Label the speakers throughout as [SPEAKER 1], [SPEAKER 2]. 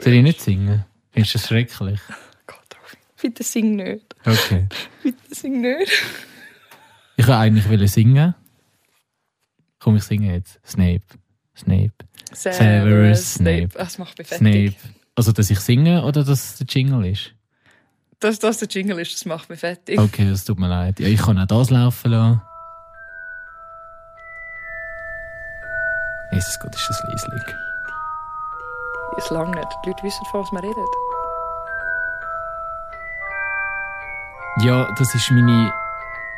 [SPEAKER 1] Soll ich nicht singen? Findest du das schrecklich?
[SPEAKER 2] Bitte sing nicht.
[SPEAKER 1] Okay.
[SPEAKER 2] Bitte sing nicht.
[SPEAKER 1] Ich wollte eigentlich singen. Komm, ich singe jetzt. Snape. Snape. Severus Snape.
[SPEAKER 2] Ach, Das macht mich fertig.
[SPEAKER 1] Snape. Also, dass ich singe oder dass es der Jingle ist?
[SPEAKER 2] Dass das der Jingle ist, das macht mich fertig.
[SPEAKER 1] Okay, das tut mir leid. Ja, ich kann auch das laufen lassen. Jesus Gott, ist das leislich.
[SPEAKER 2] Ist lang nicht. Die Leute wissen, von was man redet.
[SPEAKER 1] Ja, das ist meine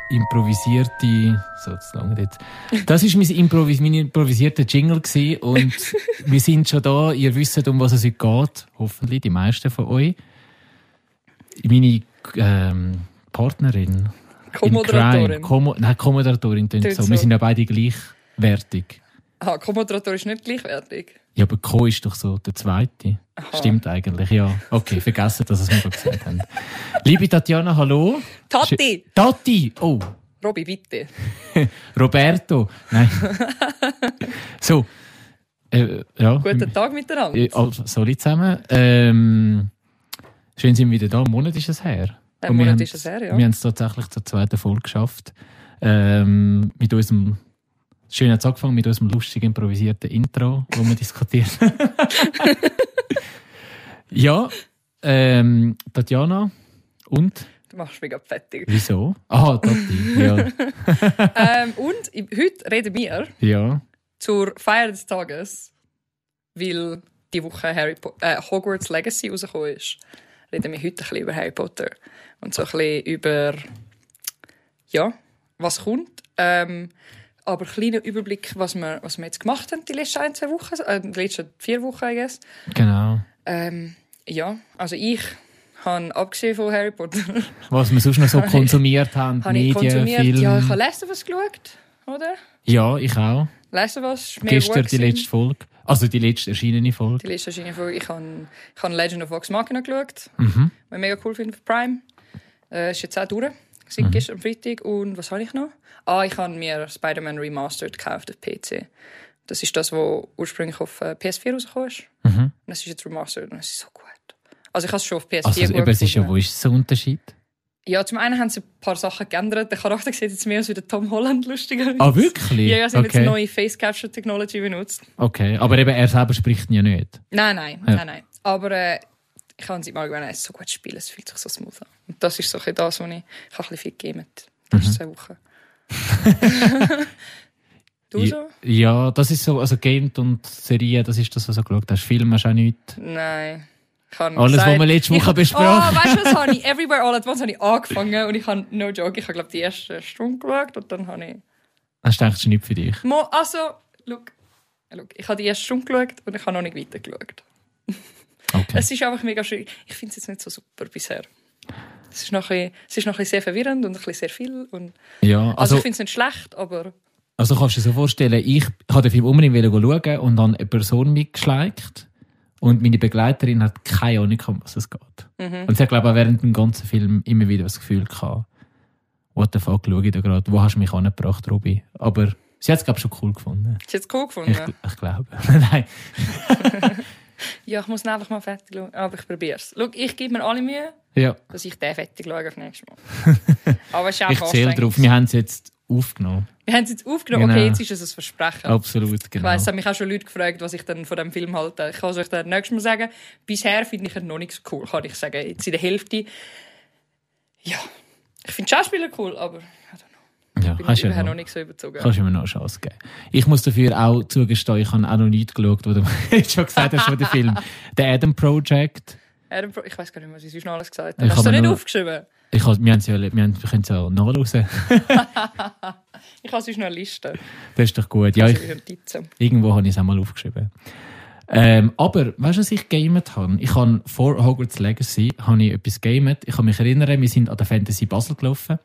[SPEAKER 1] improvisierte. So, das lange jetzt. Das ist mein, Improvis mein improvisierter Jingle gewesen und wir sind schon da. Ihr wisst, um was es heute geht. Hoffentlich die meisten von euch. Meine ähm, Partnerin. im Crime,
[SPEAKER 2] Co-Moderatorin.
[SPEAKER 1] Kommo Nein, Kommoderatorin tönt
[SPEAKER 2] Tönt
[SPEAKER 1] so.
[SPEAKER 2] so.
[SPEAKER 1] Wir sind ja beide gleichwertig.
[SPEAKER 2] Ah, Co-Moderator ist nicht gleichwertig.
[SPEAKER 1] Ja, aber Co ist doch so der zweite. Stimmt eigentlich, ja. Okay, vergessen, dass es mir gerade gesagt haben. Liebe Tatjana, hallo.
[SPEAKER 2] Tati!
[SPEAKER 1] Sch- Tati! Oh,
[SPEAKER 2] Robi, bitte.
[SPEAKER 1] Roberto. Nein. so. Äh, ja.
[SPEAKER 2] Guten Tag miteinander.
[SPEAKER 1] Äh, also, sorry zusammen. Ähm, schön sind wir wieder da. Ein Monat ist es her.
[SPEAKER 2] Ein
[SPEAKER 1] Und wir
[SPEAKER 2] Monat
[SPEAKER 1] haben-
[SPEAKER 2] ist es her, ja.
[SPEAKER 1] Wir haben es tatsächlich zur zweiten Folge geschafft. Ähm, mit unserem schön hat's angefangen mit unserem lustigen improvisierten Intro, wo wir diskutiert. ja, ähm, Tatjana und
[SPEAKER 2] Du machst mich gerade fertig.
[SPEAKER 1] wieso? Ah, Tati. Ja,
[SPEAKER 2] ähm, und i- heute reden wir
[SPEAKER 1] ja.
[SPEAKER 2] zur Feier des Tages, weil die Woche Harry po äh, Hogwarts Legacy rausgekommen ist, reden wir heute ein bisschen über Harry Potter. Und so ein bisschen über, ja, was kommt. Ähm, aber ein kleiner Überblick, was wir, was wir jetzt gemacht haben die letzten ein, zwei Wochen, äh, die letzten vier Wochen, I guess.
[SPEAKER 1] Genau.
[SPEAKER 2] Ähm, ja, also ich habe, abgesehen von Harry Potter,
[SPEAKER 1] Was wir sonst noch so konsumiert haben,
[SPEAKER 2] habe ich
[SPEAKER 1] Medien,
[SPEAKER 2] konsumiert, ja, ich habe
[SPEAKER 1] Film.
[SPEAKER 2] Last of Us geschaut, oder?
[SPEAKER 1] Ja, ich auch.
[SPEAKER 2] Last of Us, ist mehr
[SPEAKER 1] Gestern
[SPEAKER 2] Work
[SPEAKER 1] die
[SPEAKER 2] gewesen.
[SPEAKER 1] letzte Folge. Also die letzte erschienene Folge.
[SPEAKER 2] Die letzte Schiene von ich habe ich han Legend of Vox Machina geschaut,
[SPEAKER 1] Mhm.
[SPEAKER 2] was ich mega cool finde für Prime. Äh, ist jetzt auch durch. Seit gestern am Freitag. Und was habe ich noch? Ah, ich habe mir Spider-Man Remastered gekauft auf PC. Das ist das, was ursprünglich auf äh, PS4 rausgekommen ist.
[SPEAKER 1] Mhm.
[SPEAKER 2] Und es ist jetzt remastered und es ist so gut. Also ich habe es schon auf PS4
[SPEAKER 1] Also,
[SPEAKER 2] gut
[SPEAKER 1] eben, es ist ja,
[SPEAKER 2] gefunden.
[SPEAKER 1] wo ist der Unterschied?
[SPEAKER 2] Ja, zum einen haben sie ein paar Sachen geändert. Der Charakter sieht jetzt mehr aus wie der Tom Holland, lustigerweise.
[SPEAKER 1] Ah, wirklich?
[SPEAKER 2] Ja, ja, sie haben jetzt
[SPEAKER 1] okay.
[SPEAKER 2] eine neue Face-Capture-Technology benutzt.
[SPEAKER 1] okay. Aber eben, er selber spricht ihn ja nicht.
[SPEAKER 2] Nein, nein,
[SPEAKER 1] Ja.
[SPEAKER 2] nein, nein. Aber äh, ich kann sie mal gewöhnen, es ist so gut spielen, es fühlt sich so smooth an. Und das ist so ein bisschen das, was ich, ich habe ein bisschen viel gegeben habe, die
[SPEAKER 1] Mhm.
[SPEAKER 2] letzten zwei Wochen. du
[SPEAKER 1] Ja,
[SPEAKER 2] so?
[SPEAKER 1] ja, das ist so, also Game und Serie, das ist das, was du geschaut hast. Film hast du auch nicht.
[SPEAKER 2] Nein. Ich habe
[SPEAKER 1] Alles,
[SPEAKER 2] gesagt-
[SPEAKER 1] was wir letzte
[SPEAKER 2] Ich-
[SPEAKER 1] Woche besprochen
[SPEAKER 2] Oh, weißt du, was habe ich? Everywhere All at Once habe ich angefangen und ich habe, no joke, ich habe, glaube die erste Stunde geschaut und dann habe ich...
[SPEAKER 1] Hast du gedacht, das ist nicht für dich?
[SPEAKER 2] Mo, also, look, look, ich habe die erste Stunde geschaut und ich habe noch nicht weiter geschaut.
[SPEAKER 1] Okay.
[SPEAKER 2] Es ist einfach mega schwierig. Ich finde es jetzt nicht so super bisher. Es ist noch ein bisschen, es ist noch ein bisschen sehr verwirrend und ein bisschen sehr viel. Und,
[SPEAKER 1] ja,
[SPEAKER 2] also,
[SPEAKER 1] also,
[SPEAKER 2] ich finde es nicht schlecht, aber
[SPEAKER 1] also kannst du dir so vorstellen, ich habe den Film unbedingt wollen schauen und dann eine Person mitgeschleicht und meine Begleiterin hat keine Ahnung, um was es geht.
[SPEAKER 2] Mhm.
[SPEAKER 1] Und sie hat, glaube ich, auch während dem ganzen Film immer wieder das Gefühl gehabt, what the fuck, schaue ich da gerade, wo hast du mich angebracht, Robi? Aber sie hat es, glaube ich, schon cool gefunden.
[SPEAKER 2] es ist jetzt cool gefunden.
[SPEAKER 1] Ich, ich glaube. Nein.
[SPEAKER 2] Ja, ich muss ihn einfach mal fertig schauen. Aber ich probiere es. Schau, ich gebe mir alle Mühe,
[SPEAKER 1] Ja. dass
[SPEAKER 2] dass ich den fertig schaue auf nächstes Mal. Aber es ist
[SPEAKER 1] Ich
[SPEAKER 2] auch
[SPEAKER 1] zähle drauf. Wir haben es jetzt aufgenommen.
[SPEAKER 2] Wir haben es jetzt aufgenommen.
[SPEAKER 1] Genau.
[SPEAKER 2] Okay, jetzt ist es ein Versprechen.
[SPEAKER 1] Absolut,
[SPEAKER 2] Ich
[SPEAKER 1] genau.
[SPEAKER 2] weiss, es haben mich auch schon Leute gefragt, was ich dann von dem Film halte. Ich kann es euch dann nächstes Mal sagen. Bisher finde ich ihn noch nicht so cool, kann ich sagen. Jetzt in der Hälfte. Ja, ich finde Schauspieler cool, aber ich
[SPEAKER 1] ja,
[SPEAKER 2] bin
[SPEAKER 1] kannst ja
[SPEAKER 2] überhaupt noch
[SPEAKER 1] noch,
[SPEAKER 2] nicht so überzogen.
[SPEAKER 1] kannst immer noch eine Chance geben. Ich muss dafür auch zugestehen, ich habe auch noch nicht geschaut, wo du schon gesagt hast, wo der Film. Der Adam Project.
[SPEAKER 2] Adam Pro ich weiß gar nicht mehr, was ich sonst noch alles gesagt
[SPEAKER 1] Ich
[SPEAKER 2] habe. Hast
[SPEAKER 1] habe
[SPEAKER 2] du
[SPEAKER 1] mir
[SPEAKER 2] nicht
[SPEAKER 1] nur-
[SPEAKER 2] aufgeschrieben?
[SPEAKER 1] Ich hab, wir haben es ja, wir haben- wir können es ja nachlesen.
[SPEAKER 2] Ich habe sonst noch eine Liste.
[SPEAKER 1] Das ist doch gut. Ja, ich,
[SPEAKER 2] Also ich Notizen.
[SPEAKER 1] irgendwo habe ich es auch mal aufgeschrieben. Ähm, aber, weißt du, was ich gamet habe? Ich habe vor Hogwarts Legacy habe ich etwas gamet. Ich kann mich erinnern, wir sind an der Fantasy Basel gelaufen.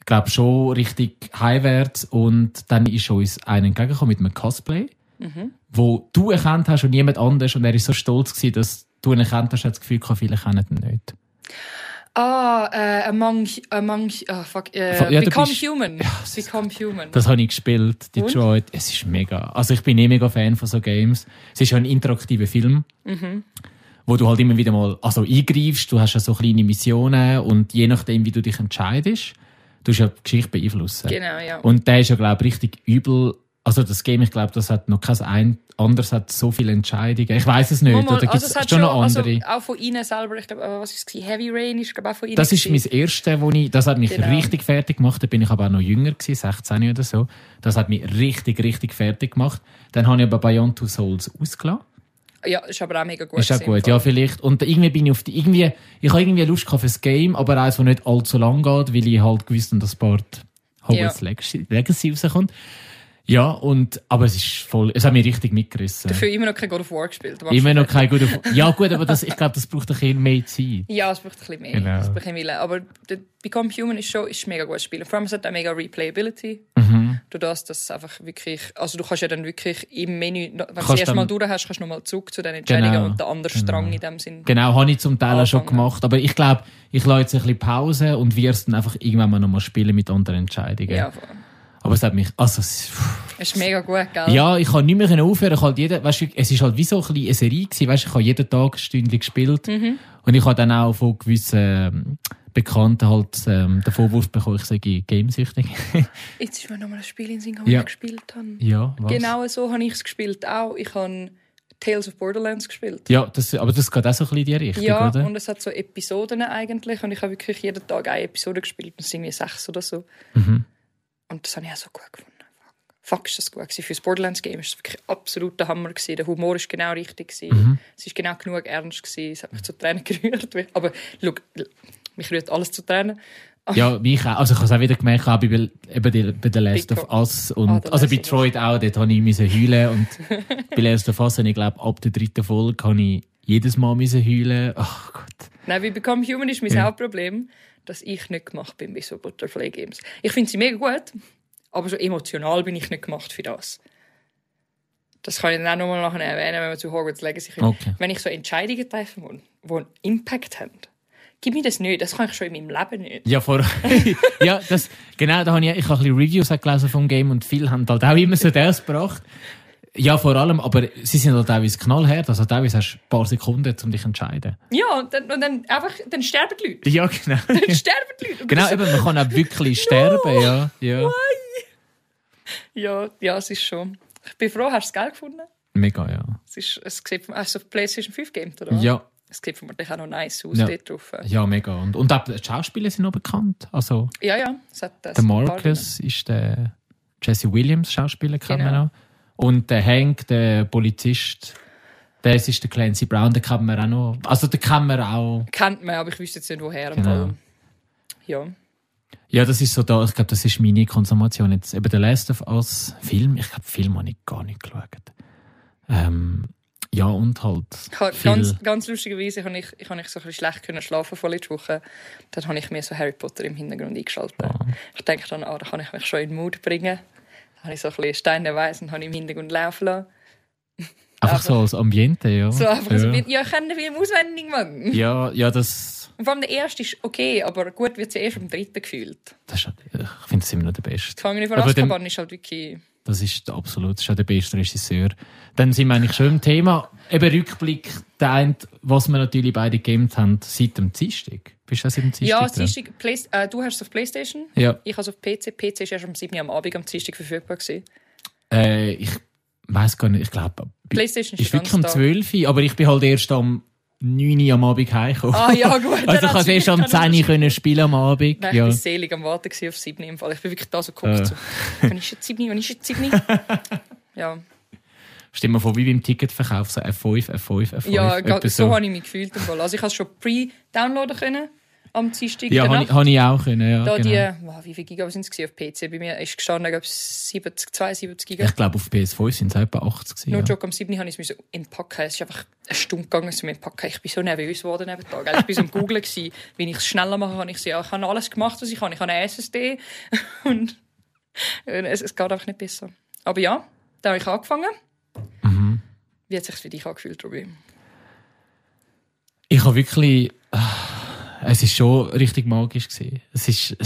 [SPEAKER 1] Ich glaube schon richtig heimwärts. Und dann ist uns einer entgegengekommen mit einem Cosplay, wo du erkannt hast und niemand anders. Und er ist so stolz gewesen, dass du ihn erkannt hast, hat das Gefühl gehabt, viele kennen ihn nicht.
[SPEAKER 2] Ah, äh, Among, among ah, fuck, äh,
[SPEAKER 1] Fa- ja, du
[SPEAKER 2] Become
[SPEAKER 1] bist-
[SPEAKER 2] Human.
[SPEAKER 1] es ist
[SPEAKER 2] Become Human.
[SPEAKER 1] Das habe ich gespielt, Detroit.
[SPEAKER 2] Mhm.
[SPEAKER 1] Es ist mega. Also ich bin eh mega Fan von so Games. Es ist ja ein interaktiver Film. wo du halt immer wieder mal also eingreifst. Du hast ja so kleine Missionen und je nachdem, wie du dich entscheidest, du ja die Geschichte beeinflussen.
[SPEAKER 2] Genau, ja.
[SPEAKER 1] Und der ist ja, glaube ich, richtig übel. Also das Game, ich glaube, das hat noch kein ein anderes hat so viele Entscheidungen. Ich weiß es nicht.
[SPEAKER 2] Mal, mal,
[SPEAKER 1] Oder gibt
[SPEAKER 2] also
[SPEAKER 1] es
[SPEAKER 2] es hat
[SPEAKER 1] schon noch andere?
[SPEAKER 2] Also, auch von ihnen selber, ich glaube, äh, was ist es? Heavy Rain ist, glaube ich, auch von ihnen.
[SPEAKER 1] das ist mein
[SPEAKER 2] gewesen.
[SPEAKER 1] erstes, wo ich, das hat mich
[SPEAKER 2] Genau.
[SPEAKER 1] richtig fertig gemacht. Da bin ich aber auch noch jünger gewesen, 16 oder so. Das hat mich richtig, richtig fertig gemacht. Dann habe ich aber Beyond Two Souls ausgelassen.
[SPEAKER 2] Ja, ist aber auch mega gut.
[SPEAKER 1] Ist auch
[SPEAKER 2] gewesen,
[SPEAKER 1] gut, ja, vielleicht. Und irgendwie bin ich auf die, irgendwie, ich habe irgendwie Lust auf ein Game, aber eins, das nicht allzu lang geht, weil ich halt gewusst habe, dass bald Hogwarts Legacy, Legacy rauskommt. Ja, und, aber es ist voll, es hat mich richtig mitgerissen.
[SPEAKER 2] Dafür immer noch kein God of War gespielt. Du
[SPEAKER 1] Immer noch kein guter, ja gut, aber das, ich glaube, das braucht ein bisschen mehr Zeit.
[SPEAKER 2] Ja, es braucht ein bisschen mehr.
[SPEAKER 1] Genau.
[SPEAKER 2] Es braucht ein bisschen mehr. Aber der Become Human ist schon ist ein mega gutes Spiel. Und vor allem, es hat auch mega Replayability.
[SPEAKER 1] Mhm.
[SPEAKER 2] Du das, dass es einfach wirklich, also du kannst ja dann wirklich im Menü, wenn du das
[SPEAKER 1] Kannst
[SPEAKER 2] erste Mal
[SPEAKER 1] dann-
[SPEAKER 2] durch hast, kannst du nochmal zurück zu den Entscheidungen
[SPEAKER 1] Genau,
[SPEAKER 2] und den anderen Strang in dem Sinn.
[SPEAKER 1] Genau, habe ich zum Teil auch schon
[SPEAKER 2] Anfangen.
[SPEAKER 1] gemacht, aber ich glaube, ich lasse jetzt ein bisschen Pause und wir es dann einfach irgendwann mal nochmal spielen mit anderen Entscheidungen.
[SPEAKER 2] Ja, voll.
[SPEAKER 1] Aber es hat mich, also, es- pff.
[SPEAKER 2] ist mega gut, gell?
[SPEAKER 1] Ja, ich kann nicht mehr können aufhören. Ich halt jeden, weißt du, es ist halt wie so ein bisschen eine Serie gewesen. Weißt, du, ich habe jeden Tag ein Stündchen gespielt.
[SPEAKER 2] Mhm.
[SPEAKER 1] Und ich habe dann auch von gewissen ähm, Bekannten halt ähm, den Vorwurf bekommen, ich sei gamesüchtig.
[SPEAKER 2] Jetzt ist mir nochmal ein Spiel in den Sinn, gekommen,
[SPEAKER 1] Ja.
[SPEAKER 2] das ich gespielt habe.
[SPEAKER 1] ja, was?
[SPEAKER 2] Genau so habe ich es gespielt auch. Ich habe Tales of Borderlands gespielt.
[SPEAKER 1] Ja, das, aber das geht auch so ein bisschen in die Richtung,
[SPEAKER 2] Ja,
[SPEAKER 1] oder?
[SPEAKER 2] und es hat so Episoden eigentlich. Und ich habe wirklich jeden Tag eine Episode gespielt. Das sind irgendwie sechs oder so. Und das habe ich auch so gut gefunden. Fuck. Fuck, ist das gut gewesen. Für das Borderlands-Game war es wirklich absoluter Hammer. Gewesen. Der Humor war genau richtig. Gewesen. Es war genau genug ernst. Gewesen. Es hat mich zu Tränen gerührt. Aber schau, mich rührt alles zu Tränen.
[SPEAKER 1] Ja, mich auch. Also ich habe es auch wieder gemerkt, auch bei, eben die, bei The Last
[SPEAKER 2] Pico.
[SPEAKER 1] of Us und
[SPEAKER 2] Ah, The
[SPEAKER 1] also
[SPEAKER 2] Last
[SPEAKER 1] bei
[SPEAKER 2] of Us.
[SPEAKER 1] Detroit auch, dort habe ich müssen heulen und bei Last of Us habe ich glaube ab der dritten Folge habe ich jedes Mal müssen heulen. Ach Gott.
[SPEAKER 2] Nein, bei Become Human ist mein
[SPEAKER 1] Ja.
[SPEAKER 2] Hauptproblem, dass ich nicht gemacht bin bei so Butterfly Games. Ich finde sie mega gut, aber so emotional bin ich nicht gemacht für das. Das kann ich dann auch nochmal nachher erwähnen, wenn wir zu Hogwarts Legacy kommen.
[SPEAKER 1] Okay.
[SPEAKER 2] Wenn ich so Entscheidungen treffen muss, die einen Impact haben, gib mir das nicht. Das kann ich schon in meinem Leben nicht.
[SPEAKER 1] Ja, vor ja, das, genau, da habe ich, ich habe ein bisschen Reviews auch gelesen vom Game und viele haben halt auch immer so das gebracht. Ja, vor allem, aber sie sind halt teilweise knallhart, also teilweise hast du ein paar Sekunden, um dich zu entscheiden.
[SPEAKER 2] Ja, und dann, und dann einfach, dann sterben die Leute.
[SPEAKER 1] Ja, genau.
[SPEAKER 2] Dann sterben die Leute. Und
[SPEAKER 1] genau,
[SPEAKER 2] das-
[SPEAKER 1] eben, man kann auch wirklich sterben, ja. ja.
[SPEAKER 2] Ja, ja, es ist schon. Ich bin froh, hast du es geil gefunden?
[SPEAKER 1] Mega, ja.
[SPEAKER 2] Es ist, es sieht, hast du auf PlayStation 5 Game, oder?
[SPEAKER 1] Ja,
[SPEAKER 2] Es sieht vermutlich auch noch nice aus
[SPEAKER 1] Ja.
[SPEAKER 2] dort drauf.
[SPEAKER 1] Ja, mega. Und, und auch die Schauspieler sind noch bekannt. Also,
[SPEAKER 2] Ja, ja, es hat das.
[SPEAKER 1] der Marcus ist der Jesse Williams Schauspieler, kennt man
[SPEAKER 2] Genau.
[SPEAKER 1] noch. Und der Hank, der Polizist, das ist der Clancy Brown, den kennt man auch noch. Also, den kennt man auch.
[SPEAKER 2] Kennt man, aber ich wüsste jetzt nicht, woher.
[SPEAKER 1] Genau.
[SPEAKER 2] Genau. Ja.
[SPEAKER 1] Ja, das ist so da. Ich glaube, das ist meine Konsumation. Jetzt eben der Last of Us Film. Ich glaube, Film habe ich gar nicht geschaut. Ähm, ja, und halt.
[SPEAKER 2] Ich hab-
[SPEAKER 1] viel-
[SPEAKER 2] Ganz, ganz lustigerweise konnte ich, ich, kann ich so ein bisschen schlecht können schlafen vorletzte Woche. Dann habe ich mir so Harry Potter im Hintergrund eingeschaltet. Ich denke dann, ah, da kann ich mich schon in den Mut bringen. Dann habe ich so ein bisschen Steine weiss und habe im Hintergrund laufen lassen.
[SPEAKER 1] einfach so als Ambiente, ja.
[SPEAKER 2] So einfach
[SPEAKER 1] ja.
[SPEAKER 2] so, wie- ja, ich kenne den Film auswendig, Mann.
[SPEAKER 1] ja, ja, das.
[SPEAKER 2] Und vor allem der erste ist okay, aber gut wird sie erst am dritten gefühlt.
[SPEAKER 1] das ist, ich finde es immer noch der Beste.
[SPEAKER 2] Die Gefangene von
[SPEAKER 1] Aber dem-
[SPEAKER 2] Azkaban ist halt wirklich...
[SPEAKER 1] Das ist der absolut, das ist auch der beste Regisseur. Dann sind wir eigentlich schon im Thema. Eben Rückblick, der eine, was wir natürlich beide gegeben haben, seit dem Dienstag. Bist du auch seit dem Dienstag
[SPEAKER 2] Ja,
[SPEAKER 1] dran?
[SPEAKER 2] Dienstag, Play, äh, du hast es auf Playstation.
[SPEAKER 1] Ja,
[SPEAKER 2] Ich habe es auf PC. PC ist erst um 7 Uhr am Abend am Dienstag verfügbar. Gewesen.
[SPEAKER 1] äh, ich weiß gar nicht, ich glaube,
[SPEAKER 2] Playstation
[SPEAKER 1] ist
[SPEAKER 2] ist den
[SPEAKER 1] wirklich um
[SPEAKER 2] ganzen Tag.
[SPEAKER 1] 12 Uhr, aber ich bin halt erst am 9 Uhr am Abend heimgekommen.
[SPEAKER 2] Ah ja, gut. dann
[SPEAKER 1] also ich
[SPEAKER 2] hat's
[SPEAKER 1] konnte erst am
[SPEAKER 2] wirklich
[SPEAKER 1] 10
[SPEAKER 2] keinen
[SPEAKER 1] Uhr können spielen am Abend.
[SPEAKER 2] Unterschied. Nein, ich
[SPEAKER 1] ja.
[SPEAKER 2] war selig am Warten gewesen auf 7 Uhr im Fall. Ich bin wirklich da so geguckt.
[SPEAKER 1] Äh.
[SPEAKER 2] So, wann ist jetzt 7 Uhr? Wann ist jetzt 7 Uhr? ja,
[SPEAKER 1] Stimmt mir vor, wie beim Ticketverkauf, so F5, F5, F5.
[SPEAKER 2] ja
[SPEAKER 1] etwa
[SPEAKER 2] ga- so, habe ich mich gefühlt. Im Fall. Also ich habe es schon pre-downloaden können am Dienstag.
[SPEAKER 1] Ja, habe
[SPEAKER 2] danach.
[SPEAKER 1] ich, hab ich auch können, ja,
[SPEAKER 2] da
[SPEAKER 1] genau.
[SPEAKER 2] die, wow, wie viele Gigabyte sind es gewesen auf PC? Bei mir ist gestanden, glaube ich, 70, 72 Gigabyte.
[SPEAKER 1] Ich glaube, auf PS5 sind es etwa 80 gewesen,
[SPEAKER 2] No
[SPEAKER 1] ja.
[SPEAKER 2] joke, am 7. habe ich es müssen entpacken. Es ist einfach eine Stunde gegangen, es zu entpacken. Ich bin so nervös geworden neben Tag. Ich bin so am Googlen, gewesen, wie ich es schneller machen kann. Ich, so, ja, ich habe alles gemacht, was ich kann. Ich habe eine SSD und es, es geht einfach nicht besser. Aber ja, da habe ich angefangen. Wie hat es sich für dich angefühlt, Robin?
[SPEAKER 1] Ich habe wirklich. ah, Es ist schon richtig magisch gewesen. Es ist,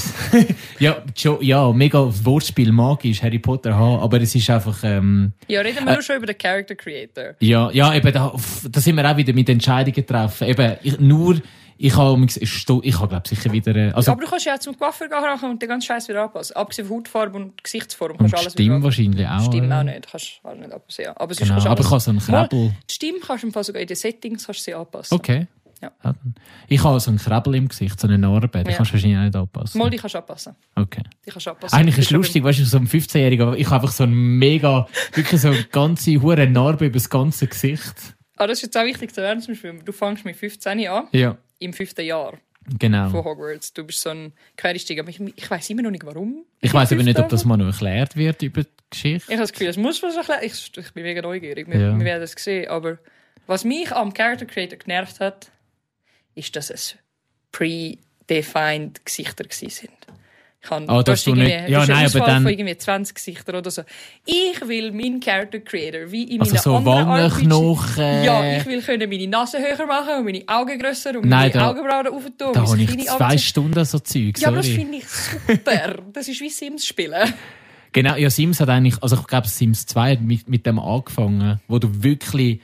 [SPEAKER 1] ja, schon, ja, mega Wortspiel magisch, Harry Potter haben, aber es ist einfach, ähm,
[SPEAKER 2] Ja, reden wir nur schon über den Character Creator.
[SPEAKER 1] ja, ja, eben, da, pff, da sind wir auch wieder mit Entscheidungen getroffen. Eben, ich, nur, ich habe, ich habe, glaube sicher wieder, äh, also,
[SPEAKER 2] Aber du kannst ja auch zum Coiffeur gehen ran und den ganzen Scheiß wieder anpassen. Abgesehen von Hautfarbe und Gesichtsform
[SPEAKER 1] und
[SPEAKER 2] kannst du alles
[SPEAKER 1] Stimme
[SPEAKER 2] wieder
[SPEAKER 1] wahrscheinlich auch. äh,
[SPEAKER 2] Stimmt auch
[SPEAKER 1] oder?
[SPEAKER 2] nicht. Kannst du halt nicht anpassen. Ja. Aber, sonst
[SPEAKER 1] Oh, Genau,
[SPEAKER 2] kannst du
[SPEAKER 1] aber ich habe
[SPEAKER 2] alles-
[SPEAKER 1] so einen Krabbel.
[SPEAKER 2] Die Stimme kannst du im Fall sogar in den Settings kannst du sie anpassen.
[SPEAKER 1] Okay.
[SPEAKER 2] Ja.
[SPEAKER 1] Ja, dann. Ich habe so einen Krabbel im Gesicht, so eine Narbe, die
[SPEAKER 2] Ja.
[SPEAKER 1] kannst du wahrscheinlich auch nicht anpassen.
[SPEAKER 2] Mal, die kannst du anpassen.
[SPEAKER 1] Okay.
[SPEAKER 2] Die kannst du anpassen.
[SPEAKER 1] Eigentlich
[SPEAKER 2] Das
[SPEAKER 1] ist es lustig, weißt du, so ein 15-Jähriger, ich habe einfach so einen mega, wirklich so eine ganze hure Narbe über das ganze Gesicht.
[SPEAKER 2] Aber Ah, das ist jetzt auch wichtig zu lernen. Zum Beispiel, du fängst mit 15 an,
[SPEAKER 1] Ja,
[SPEAKER 2] im fünften Jahr von
[SPEAKER 1] genau.
[SPEAKER 2] Hogwarts. Du bist so ein Quereinsteiger. Aber ich, ich weiß immer noch nicht, warum.
[SPEAKER 1] Ich weiß aber nicht, ob das
[SPEAKER 2] Ich
[SPEAKER 1] mal noch erklärt wird über die Geschichte.
[SPEAKER 2] habe das Gefühl, es muss was erklären. Ich, ich bin mega neugierig. Wir,
[SPEAKER 1] Ja.
[SPEAKER 2] wir werden es sehen. Aber was mich am Character Creator genervt hat, ist, dass es predefined Gesichter gewesen sind. Ich habe,
[SPEAKER 1] Ah, dass
[SPEAKER 2] hast
[SPEAKER 1] du
[SPEAKER 2] irgendwie-
[SPEAKER 1] nicht- ja,
[SPEAKER 2] hast eine
[SPEAKER 1] nein, aber
[SPEAKER 2] Auswahl
[SPEAKER 1] dann-
[SPEAKER 2] von irgendwie 20 Gesichter oder so. Ich will meinen Character Creator wie in
[SPEAKER 1] Also
[SPEAKER 2] meinen
[SPEAKER 1] so
[SPEAKER 2] anderen RPGs.
[SPEAKER 1] Wangenknochen.
[SPEAKER 2] Ja, ich will können meine Nase höher machen und meine Augen grösser und
[SPEAKER 1] Nein,
[SPEAKER 2] meine
[SPEAKER 1] da-
[SPEAKER 2] Augenbrauen rauf tun.
[SPEAKER 1] da habe ich zwei Stunden so Zeug,
[SPEAKER 2] Ja, aber das
[SPEAKER 1] sorry.
[SPEAKER 2] finde ich super. Das ist wie Sims spielen.
[SPEAKER 1] Genau, ja, Sims hat eigentlich, also ich glaube, Sims 2 hat mit, mit dem angefangen, wo du wirklich,